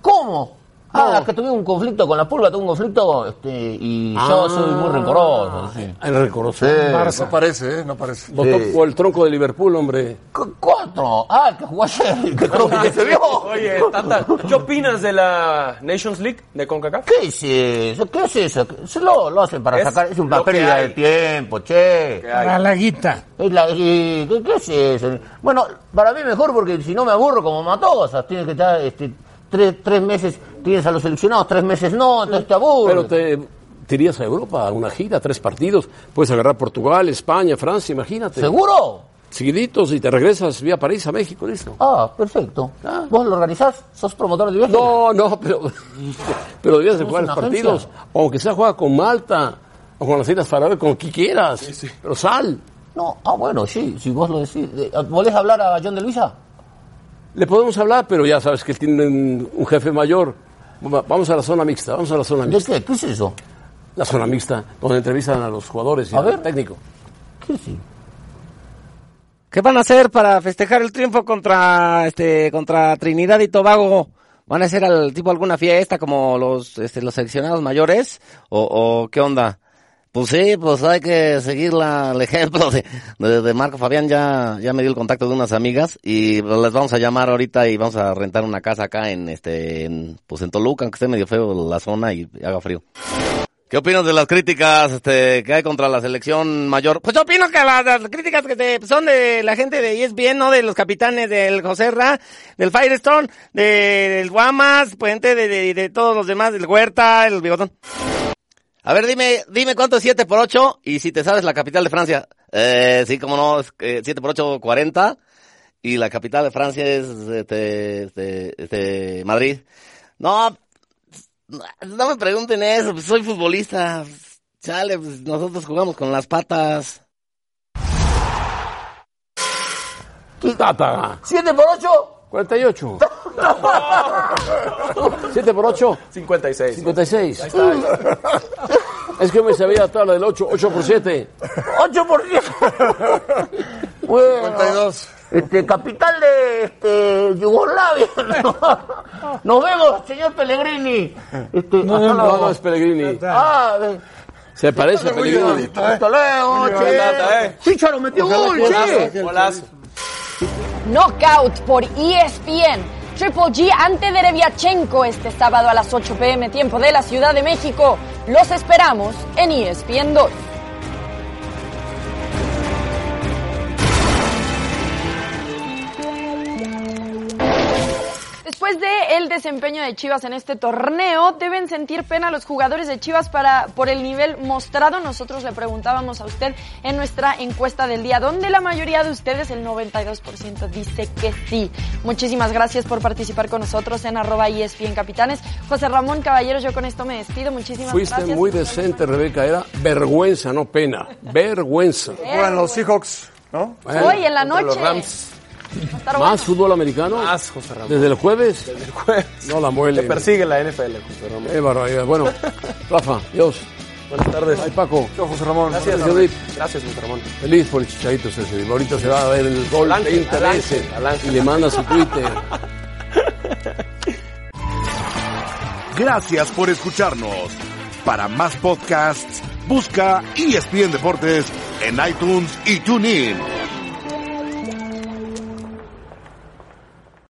Speaker 14: ¿Cómo? Ah, es que tuve un conflicto con la pulga, tuve un conflicto este, y
Speaker 2: Ah.
Speaker 14: yo soy muy rencoroso. sí.
Speaker 2: El reconoció.
Speaker 4: No parece, ¿eh? No parece.
Speaker 2: Votó
Speaker 14: Sí.
Speaker 2: por el tronco de Liverpool, hombre.
Speaker 14: Cuatro. Ah, el que jugó ayer, el que creo que se vio.
Speaker 5: Oye, Tata, ¿qué opinas de la Nations League de CONCACAF?
Speaker 14: ¿Qué es eso? ¿Qué es eso? Se lo, lo hacen para
Speaker 5: Es
Speaker 14: sacar. Es un
Speaker 5: lo
Speaker 14: papel
Speaker 5: que
Speaker 14: de
Speaker 5: hay.
Speaker 14: tiempo, che.
Speaker 3: Para la guita.
Speaker 14: Es la- y- ¿qué, qué es eso? Bueno, para mí mejor porque si no me aburro como matosas. Tienes que estar este, tres, tres meses, tienes a los seleccionados, tres meses no, entonces te
Speaker 2: Pero
Speaker 14: aburres.
Speaker 2: te, te irías a Europa, a una gira, tres partidos. Puedes agarrar Portugal, España, Francia, imagínate.
Speaker 14: ¿Seguro?
Speaker 2: Seguiditos y te regresas vía París a México, listo.
Speaker 14: Ah, perfecto. ¿Vos lo organizás? ¿Sos promotor de viajes?
Speaker 2: No, no, pero, pero debías de
Speaker 14: Somos
Speaker 2: jugar
Speaker 14: una
Speaker 2: los partidos.
Speaker 14: agencia.
Speaker 2: Aunque sea juega con Malta o con las Islas Faraón, con quien quieras. Pero sal.
Speaker 14: No, ah, bueno, sí, si vos lo decís. Eh, ¿Volés hablar a John de Luisa?
Speaker 2: Le podemos hablar, pero ya sabes que tiene un, un jefe mayor. Va- Vamos a la zona mixta, vamos a la zona
Speaker 14: ¿De
Speaker 2: mixta.
Speaker 14: qué? ¿Qué es eso?
Speaker 2: La zona mixta, donde entrevistan a los jugadores y
Speaker 14: A
Speaker 2: al
Speaker 14: ver.
Speaker 2: técnico.
Speaker 14: ¿Qué es eso?
Speaker 15: ¿Qué van a hacer para festejar el triunfo contra este contra Trinidad y Tobago? ¿Van a hacer al tipo alguna fiesta como los este, los seleccionados mayores o, o qué onda?
Speaker 14: Pues sí, pues hay que seguir la, el ejemplo de, de- de Marco Fabián. Ya, ya me dio el contacto de unas amigas y pues, las vamos a llamar ahorita y vamos a rentar una casa acá en este, en, pues en Toluca, aunque esté medio feo la zona y haga frío. ¿Qué opinas de las críticas este, que hay contra la selección mayor?
Speaker 15: Pues yo opino que las, las críticas que te- Eh, pues, son de la gente de E ESPN, ¿no? De los capitanes del José Ra, del Firestone, de- del Guamas, Puente, de, de- de todos los demás, del Huerta, el Bigotón.
Speaker 14: A ver, dime, dime cuánto es 7 por 8 y si te sabes la capital de Francia. Eh, sí, como no, es, eh, 7 por 8, 40. Y la capital de Francia es este, este, este, Madrid. No, no me pregunten eso, pues soy futbolista. Chale, pues nosotros jugamos con las patas.
Speaker 2: Tú, tata.
Speaker 16: ¿Siete por ocho?
Speaker 2: 48. 7 por 8.
Speaker 5: 56.
Speaker 2: 56. Es que me sabía la tabla del 8. 8 por 7.
Speaker 16: ¡Ocho por diez! Bueno, 52. Este, capital de este, Yugoslavia. Nos vemos, señor Pellegrini. Este,
Speaker 2: No, no, no, no, es Pellegrini.
Speaker 16: Ah, eh,
Speaker 2: Se parece a Pellegrini.
Speaker 4: ¿eh?
Speaker 16: hasta luego,
Speaker 2: Muy bien, Tata,
Speaker 16: che.
Speaker 2: eh.
Speaker 16: Chicharo metió
Speaker 2: Ojalá
Speaker 16: gol,
Speaker 2: que-
Speaker 16: che.
Speaker 5: Golazo.
Speaker 8: Knockout por E ESPN. Triple G ante Dereviachenko este sábado a las 8 pm tiempo de la Ciudad de México. Los esperamos en E ESPN 2. Después de el desempeño de Chivas en este torneo, deben sentir pena los jugadores de Chivas para por el nivel mostrado. Nosotros le preguntábamos a usted en nuestra encuesta del día, donde la mayoría de ustedes, el 92%, dice que sí. Muchísimas gracias por participar con nosotros en arroba E ESPN Capitanes. José Ramón Caballeros, yo con esto me despido.
Speaker 5: ¿eh?
Speaker 8: Muchísimas
Speaker 2: Fuiste
Speaker 8: gracias.
Speaker 2: muy decente, Rebeca. Era vergüenza, no pena. Vergüenza.
Speaker 4: Juegan los Seahawks, ¿no?
Speaker 2: Bueno,
Speaker 8: Hoy en la
Speaker 2: contra los
Speaker 8: noche.
Speaker 2: Rams.
Speaker 8: Va a estar bueno.
Speaker 2: ¿Más fútbol americano?
Speaker 5: Más, José Ramón.
Speaker 2: ¿Desde el jueves?
Speaker 5: Desde el jueves.
Speaker 2: No la muele.
Speaker 5: Te persigue la NFL, José Ramón.
Speaker 2: Qué barbaridad. Bueno, Rafa, Dios.
Speaker 5: Buenas tardes.
Speaker 2: Ay, Paco.
Speaker 5: Yo, José Ramón. Gracias,
Speaker 2: Gracias,
Speaker 5: Ramón.
Speaker 2: Edith.
Speaker 5: Gracias, José Ramón.
Speaker 2: Feliz por el chicharito ese. Diva. Ahorita se va a ver el gol
Speaker 5: Adelante,
Speaker 2: 20
Speaker 5: adelante,
Speaker 2: veces.
Speaker 5: adelante.
Speaker 2: Y le manda su Twitter.
Speaker 1: Gracias por escucharnos. Para más podcasts, busca ESPN Deportes en iTunes y TuneIn.